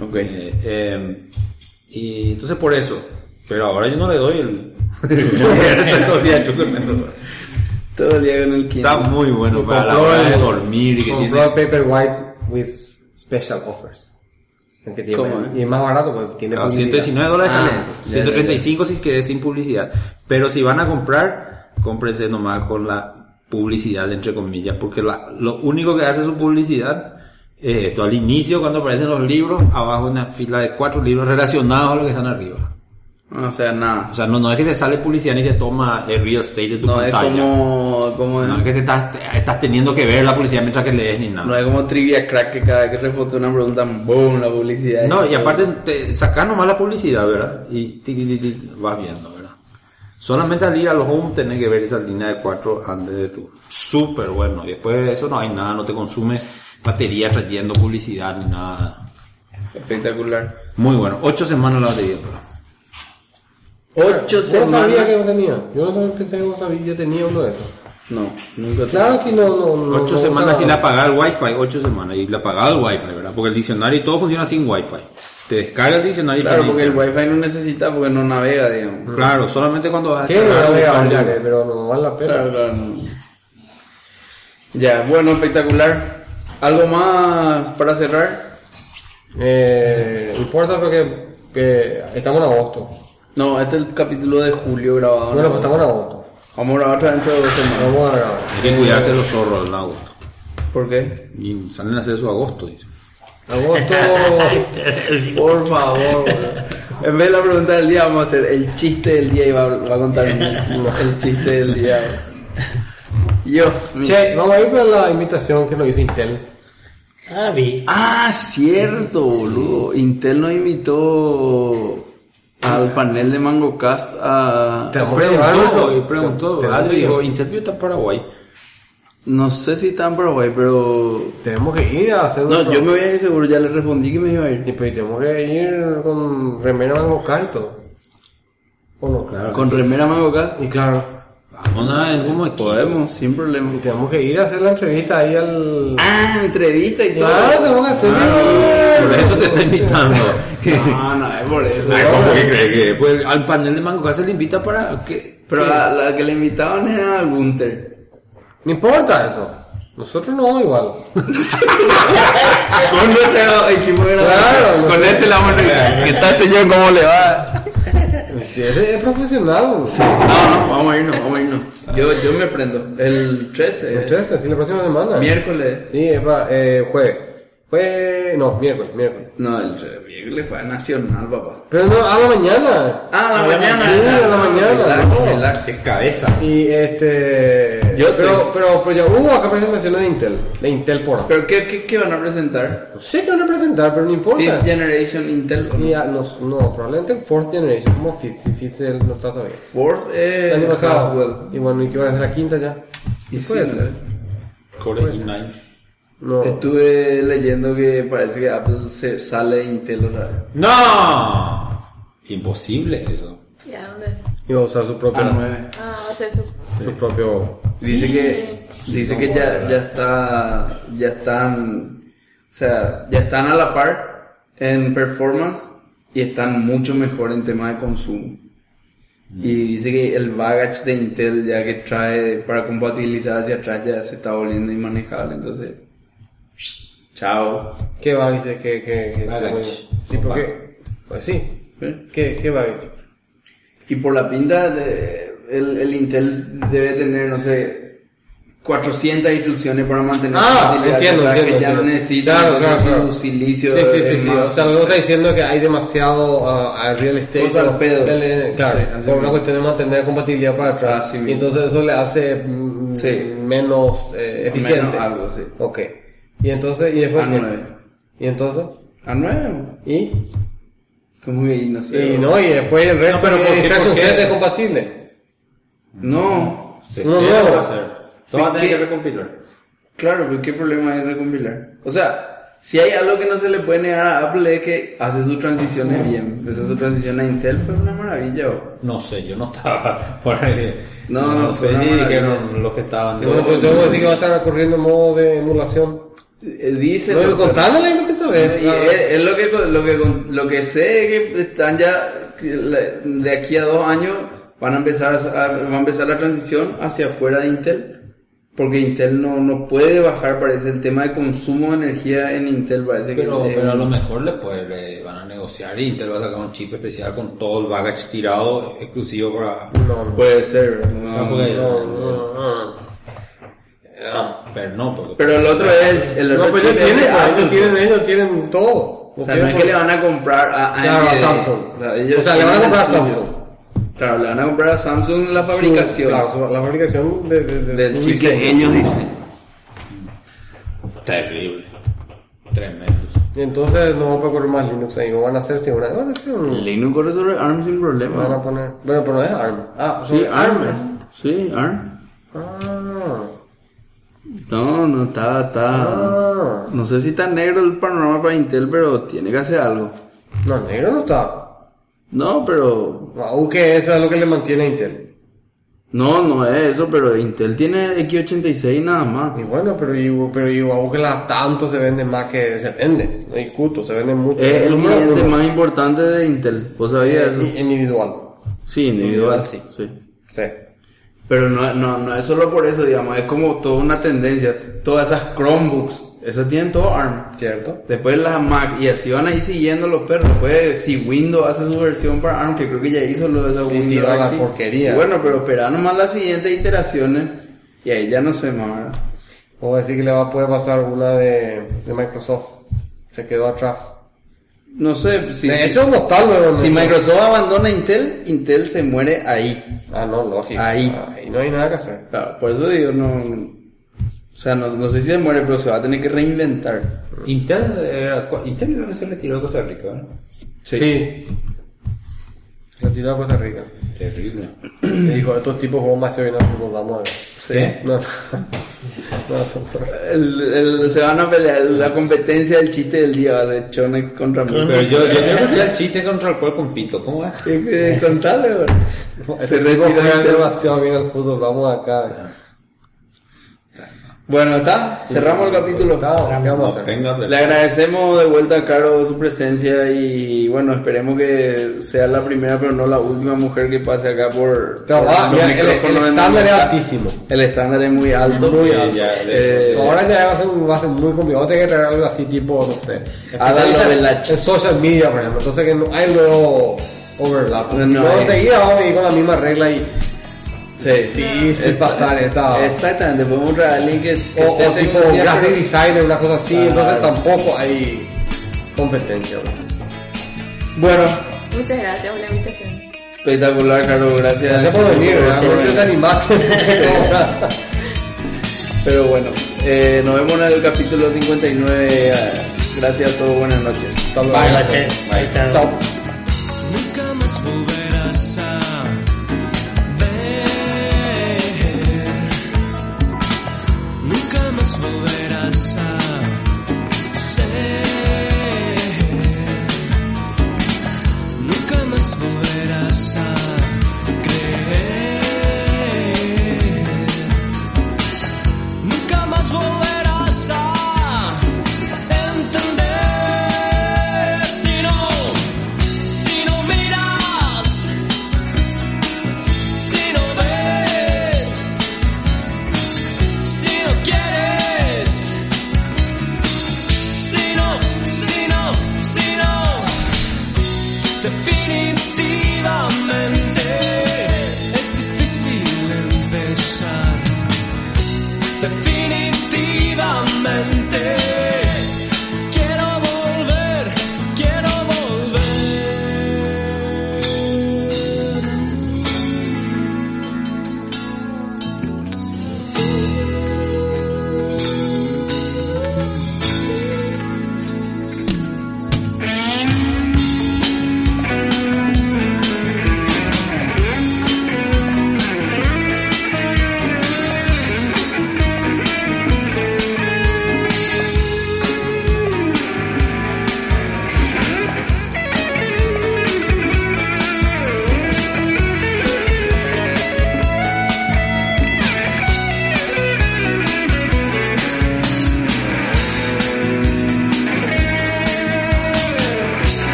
S2: Ok.
S7: Eh, eh, y entonces por eso. Pero ahora yo no le doy el... Todo el día yo comento.
S2: Todo el día en el Kindle.
S7: Está muy bueno
S3: Me
S7: para la
S3: compró
S7: hora de
S3: el-
S7: dormir y que
S3: Compró
S7: tiene...
S3: paper white with special offers. El que tiene-
S2: ¿Cómo, eh?
S3: Y es más barato porque tiene
S7: Claro,
S3: publicidad.
S7: 119 dólares
S3: Ah,
S7: sale.
S3: ya,
S7: 135 si quieres sin publicidad. Pero si van a comprar, cómprense nomás con la publicidad, entre comillas, porque la- lo único que hace su publicidad es esto. Al inicio, cuando aparecen los libros, abajo una fila de cuatro libros relacionados a lo que están arriba.
S2: Ah, O sea, nada.
S7: O sea, no, no es que te sale publicidad ni te toma el real estate de tu
S2: No es
S7: pantalla.
S2: como, eh, como
S7: No es que te estás, te- estás teniendo que ver la publicidad mientras que lees ni nada.
S2: No es como trivia crack que cada vez que responde una pregunta, boom, la publicidad.
S7: No, y aparte te sacas nomás la publicidad, ¿verdad? Y ti, ti, ti, ti, vas viendo, ¿verdad? Solamente al ir al home tenés que ver esa línea de cuatro antes de tu. Súper bueno. Y después de eso no hay nada, no te consume batería trayendo publicidad ni nada.
S2: Espectacular.
S7: Muy bueno. Ocho semanas la batería, pero.
S2: Ocho
S3: Yo no sabía
S2: semanas.
S3: que no tenía. Yo no sabía, pensé que no sabía. Yo tenía uno de estos.
S2: No, nunca te-
S3: Claro, si no, no, no.
S7: Ocho
S3: no
S7: semanas
S3: usaba.
S7: sin apagar el wifi, ocho semanas. Y le apagaba el wifi, ¿verdad? Porque el diccionario y todo funciona sin wifi. Te descarga el diccionario y
S2: Claro,
S7: te-
S2: porque el wifi no necesita porque no navega, digamos.
S7: Claro, solamente cuando vas a
S3: Sí, no
S7: descargar,
S3: voy a
S7: buscar el
S3: hablar,
S7: libro.
S3: eh, pero no vale la pena.
S2: Claro, claro, no. Ya, bueno, espectacular. ¿Algo más para cerrar?
S3: Eh, importa porque que estamos en agosto.
S2: No, este es el capítulo de julio grabado.
S3: Bueno,
S2: ¿no?
S3: pues estamos en agosto.
S2: Vamos a grabar otra dentro de dos semanas.
S3: Vamos a grabar.
S7: Hay que cuidarse los zorros en agosto.
S2: ¿Por qué?
S7: Y salen a hacer eso agosto, dice.
S3: Agosto.
S2: Por favor, boludo. En vez de la pregunta del día, vamos a hacer el chiste del día y va, va a contar el chiste del día. Dios mío.
S3: che, vamos a ir para la invitación que nos hizo Intel.
S5: Ah, vi.
S2: Ah, cierto, boludo. Intel nos invitó al panel de MangoCast a...
S3: Te vamos a llevar
S7: Preguntó, y
S3: algo.
S7: preguntó,
S3: Te- te-
S7: Adri dijo, Interview está en Paraguay.
S2: No sé si está en Paraguay, pero...
S3: Tenemos que ir a hacer una
S2: No, yo me voy a ir seguro, ya le respondí que me iba a ir.
S3: Y pues tenemos que ir con remera mango canto. ¿O no? Claro.
S2: Con remera MangoCast.
S3: Y claro,
S7: Vamos a ver cómo equipo.
S2: Podemos, sin problema.
S3: y tenemos que ir a hacer la entrevista ahí al...
S2: Ah, entrevista y todo.
S3: Claro, tenemos que hacer...
S7: Por eso te está invitando.
S2: No, no, es por eso.
S7: Ay, ¿Cómo que crees que? Pues al panel de Mango Casa le invita para que.
S2: Pero la, la que le invitaban era al Gunter.
S3: No importa eso. Nosotros no vamos igual.
S2: Con nuestro equipo de
S3: Claro,
S2: Con este la mano. ¿Qué tal, señor? ¿Cómo le va?
S3: Si es, es profesional.
S2: No, no, vamos a irnos, vamos a irnos. Yo, yo me prendo. El 13.
S3: El 13, sí, la próxima semana.
S2: Miércoles.
S3: Sí, es para eh, jueves. Jueves, no, miércoles, miércoles.
S2: No, el tre- miércoles fue a Nacional, papá.
S3: Pero no, a la mañana.
S2: Ah, a la mañana.
S3: Sí, a la mañana. no.
S4: de cabeza.
S3: Y este.
S2: Yo
S3: pero,
S2: tengo-
S3: pero, pero ya hubo acá presentaciones de Intel. De Intel por acá.
S2: ¿Pero qué, qué, qué van a presentar?
S3: No sé qué van a presentar, pero no importa.
S2: Fifth Generation Intel. ¿o no?
S3: Y ya, no, no, probablemente Fourth Generation, como Fifth, si Fifth es el- no está todavía.
S2: Fourth eh,
S3: El año pasado.
S2: Haswell.
S3: Y bueno, ¿y qué va a ser la quinta ya?
S2: Y
S3: Puede
S2: sí,
S3: ser.
S4: Core i9.
S3: No.
S2: Estuve leyendo que parece que Apple se sale de Intel otra vez.
S4: ¡No! Imposible eso.
S6: ¿Y a dónde?
S3: Y va a usar su propio.
S2: A9.
S6: Ah, va a ser su.
S3: Su propio.
S2: Dice que dice que ya, ya está ya están o sea, ya están a la par en performance y están mucho mejor en tema de consumo. Y dice que el baggage de Intel ya que trae para compatibilizar hacia atrás ya se está volviendo inmanejable, entonces chao.
S3: ¿Qué va a decir? ¿Qué, qué, qué-
S4: Baggage.
S3: Sí, porque. Pues sí.
S2: ¿Eh?
S3: ¿Qué, qué va a decir?
S2: Y por la pinta de- el, el Intel debe tener no sé 400 instrucciones para mantener
S3: Ah,
S2: compatibilidad hacia
S3: entiendo,
S2: atrás,
S3: entiendo.
S2: que ya
S3: entiendo.
S2: no necesita entonces su silicio
S3: Sí, sí,
S2: es
S3: sí, sí.
S2: más-
S3: O sea, lo que está diciendo que hay demasiado ah, ah, real estate.
S2: Cosa al pedo.
S3: el- el- claro,
S2: Sí, así
S3: por una
S2: mismo.
S3: cuestión de mantener compatibilidad para atrás.
S2: Así
S3: y
S2: mismo.
S3: entonces eso le hace mm,
S2: Sí.
S3: menos eh, eficiente.
S2: Menos algo, sí.
S3: Ok. Y entonces, y después.
S2: A
S3: qué?
S2: nueve.
S3: Y entonces,
S2: A nuevo.
S3: y.
S2: ¿Cómo que y no sé?
S3: Y no, y después el resto
S4: pero
S3: de
S4: ¿por qué?
S3: Extraction
S4: ¿Por qué?
S3: 7 es compatible.
S2: No.
S4: Se
S3: No,
S4: cierra,
S3: no.
S4: va a ser. Todo va a tener
S2: ¿Qué?
S4: que recompilar.
S2: Claro, pero ¿qué problema hay en recompilar? O sea, si hay algo que no se le puede negar a Apple es que hace sus transiciones bien. Entonces su transición a Intel fue una maravilla. bro.
S4: No sé, yo no estaba por ahí.
S2: No, no, fue
S4: sé
S2: una
S4: si
S2: maravilla.
S4: dijeron los que estaban.
S3: Y bueno, pues tengo que decir que va a estar corriendo en modo de emulación.
S2: Eh, Dice...
S3: No, contándole lo que sabes.
S2: Y eh, es, es lo que lo que lo que sé es que están ya que la- de aquí a dos años van a empezar a, va a empezar la transición hacia afuera de Intel porque Intel no, no puede bajar parece el tema de consumo de energía en Intel parece
S4: Pero,
S3: eh,
S2: que es
S4: pero a
S2: un-
S4: lo mejor le, pues, le van a negociar y Intel va a sacar un chip especial con todo el baggage tirado exclusivo para...
S2: puede ser no,
S4: No, porque-
S3: No, no, no.
S4: Ah, Pero no, porque...
S2: pero el otro es el otro
S3: No,
S2: chip
S3: pero ellos
S2: es de
S3: tienen,
S2: Apple.
S3: ellos tienen, ellos tienen todo.
S2: ah, o sea no es que le van a comprar a,
S3: Claro, a
S2: AMD.
S3: Samsung.
S2: o sea, ellos
S3: O sea, le van a
S2: tienen
S3: comprar a
S2: el suyo.
S3: Samsung.
S2: claro le van a comprar a Samsung la
S3: Su-
S2: fabricación
S3: claro, su- la fabricación de, de- de-
S2: del
S3: un
S2: chip que
S3: diseño.
S2: ellos dicen
S4: Terrible. Tremendo.
S3: Y entonces no va a correr más Linux ahí. o Van a hacer seguramente. Van a hacer un-
S2: Linux corre sobre ARM sin
S3: Van
S2: problema.
S3: a poner. Bueno, pero no es ARM. Ah,
S2: Sí,
S3: sobre
S2: ARM. es. Sí, ARM.
S3: Ah,
S2: No, no, está, está.
S3: ah.
S2: No sé si está negro el panorama para Intel, pero tiene que hacer algo.
S3: No, negro no está.
S2: No, pero.
S3: Aunque eso es lo que le mantiene a Intel.
S2: No, no es eso, pero Intel tiene X86 nada más.
S3: Y bueno, pero y, pero y aunque la tanto se vende más que se vende. No discuto, se vende mucho.
S2: Es Eh, el
S3: Número
S2: cliente
S3: uno.
S2: más importante de Intel. ¿Vos sabías
S3: Eh,
S2: eso?
S3: individual.
S2: Sí, individual.
S3: individual, sí.
S2: sí.
S3: Sí.
S2: Pero no, no, no es solo por eso, digamos, es como toda una tendencia. Todas esas Chromebooks, esas tienen todo ARM.
S3: ¿Cierto?
S2: Después las Mac y así van a ir siguiendo los perros. Después si Windows hace su versión para ARM, que creo que ya hizo lo de esa
S3: Sí,
S2: Windows
S3: tira la
S2: XP.
S3: porquería.
S2: Y bueno, pero esperar nomás las siguientes iteraciones y ahí ya no sé más. ¿verdad?
S3: O decir que le va a poder pasar una de, de Microsoft. Se quedó atrás.
S2: No sé, si,
S3: de
S2: si-
S3: hecho, no está luego. ¿no?
S2: si Microsoft abandona Intel, Intel se muere ahí.
S3: Ah, no, lógico.
S2: Ahí.
S3: Y no hay nada que hacer.
S2: Claro, por eso digo, no... O sea, no, no sé si se muere, pero se va a tener que reinventar.
S4: Intel, era- cu- Intel creo que se retiró de Costa Rica, eh? ¿verdad?
S3: La tiró a Costa Rica.
S4: Terrible.
S3: Le dijo, estos tipos juegan más hoy en el fútbol, vamos a ver.
S4: ¿Sí?
S3: No, no. no.
S2: El- el- se van a pelear la competencia del chiste del día de Chonex contra mí.
S4: Pero yo, yo no escuché el chiste contra el cual compito, ¿cómo es?
S2: Eh, Contale, bro.
S3: Se
S2: Se
S3: tipo
S2: retiró
S3: juegan
S2: Intel.
S3: demasiado bien al fútbol, vamos acá.
S2: Bueno, está. Cerramos el capítulo.
S3: ¿Qué vamos a
S4: No
S3: hacer?
S4: tengas de-
S2: Le agradecemos de vuelta a Caro su presencia y bueno, esperemos que sea la primera pero no la última mujer que pase acá por,
S3: Claro,
S2: por
S3: ah, mira, el-
S2: micrófonos
S3: el
S2: de
S3: estándar es
S2: Mangocas.
S3: altísimo.
S2: El estándar es muy alto.
S4: Sí,
S2: Eh,
S4: ya,
S2: eh,
S3: Ahora ya va a ser, va a ser muy complicado. Tengo que traer algo así, tipo, no sé.
S2: Hágalo
S3: especialista
S2: de la ch-
S3: En social media, por ejemplo. Entonces, que no hay luego overlap.
S2: No,
S3: No,
S2: no hay.
S3: seguida vamos a venir con la misma regla y
S2: sí.
S3: difícil pasar esta.
S2: Exactamente, podemos traer a alguien que este que
S3: o, o
S2: esté
S3: tipo
S2: tecnología,
S3: graphic
S2: pero-
S3: designer, una cosa así.
S2: Claro.
S3: Entonces, tampoco hay competencia. ¿no?
S2: Bueno,
S6: Muchas gracias por la invitación.
S2: espectacular, Caro, gracias.
S3: Gracias por venir, ¿verdad?
S2: Gracias por
S3: Porque te
S2: venir.
S3: animaste.
S2: Pero bueno, eh, nos vemos en el capítulo 59. Gracias a todos, buenas noches.
S5: Buenas noches. Ahí está.
S3: Chao.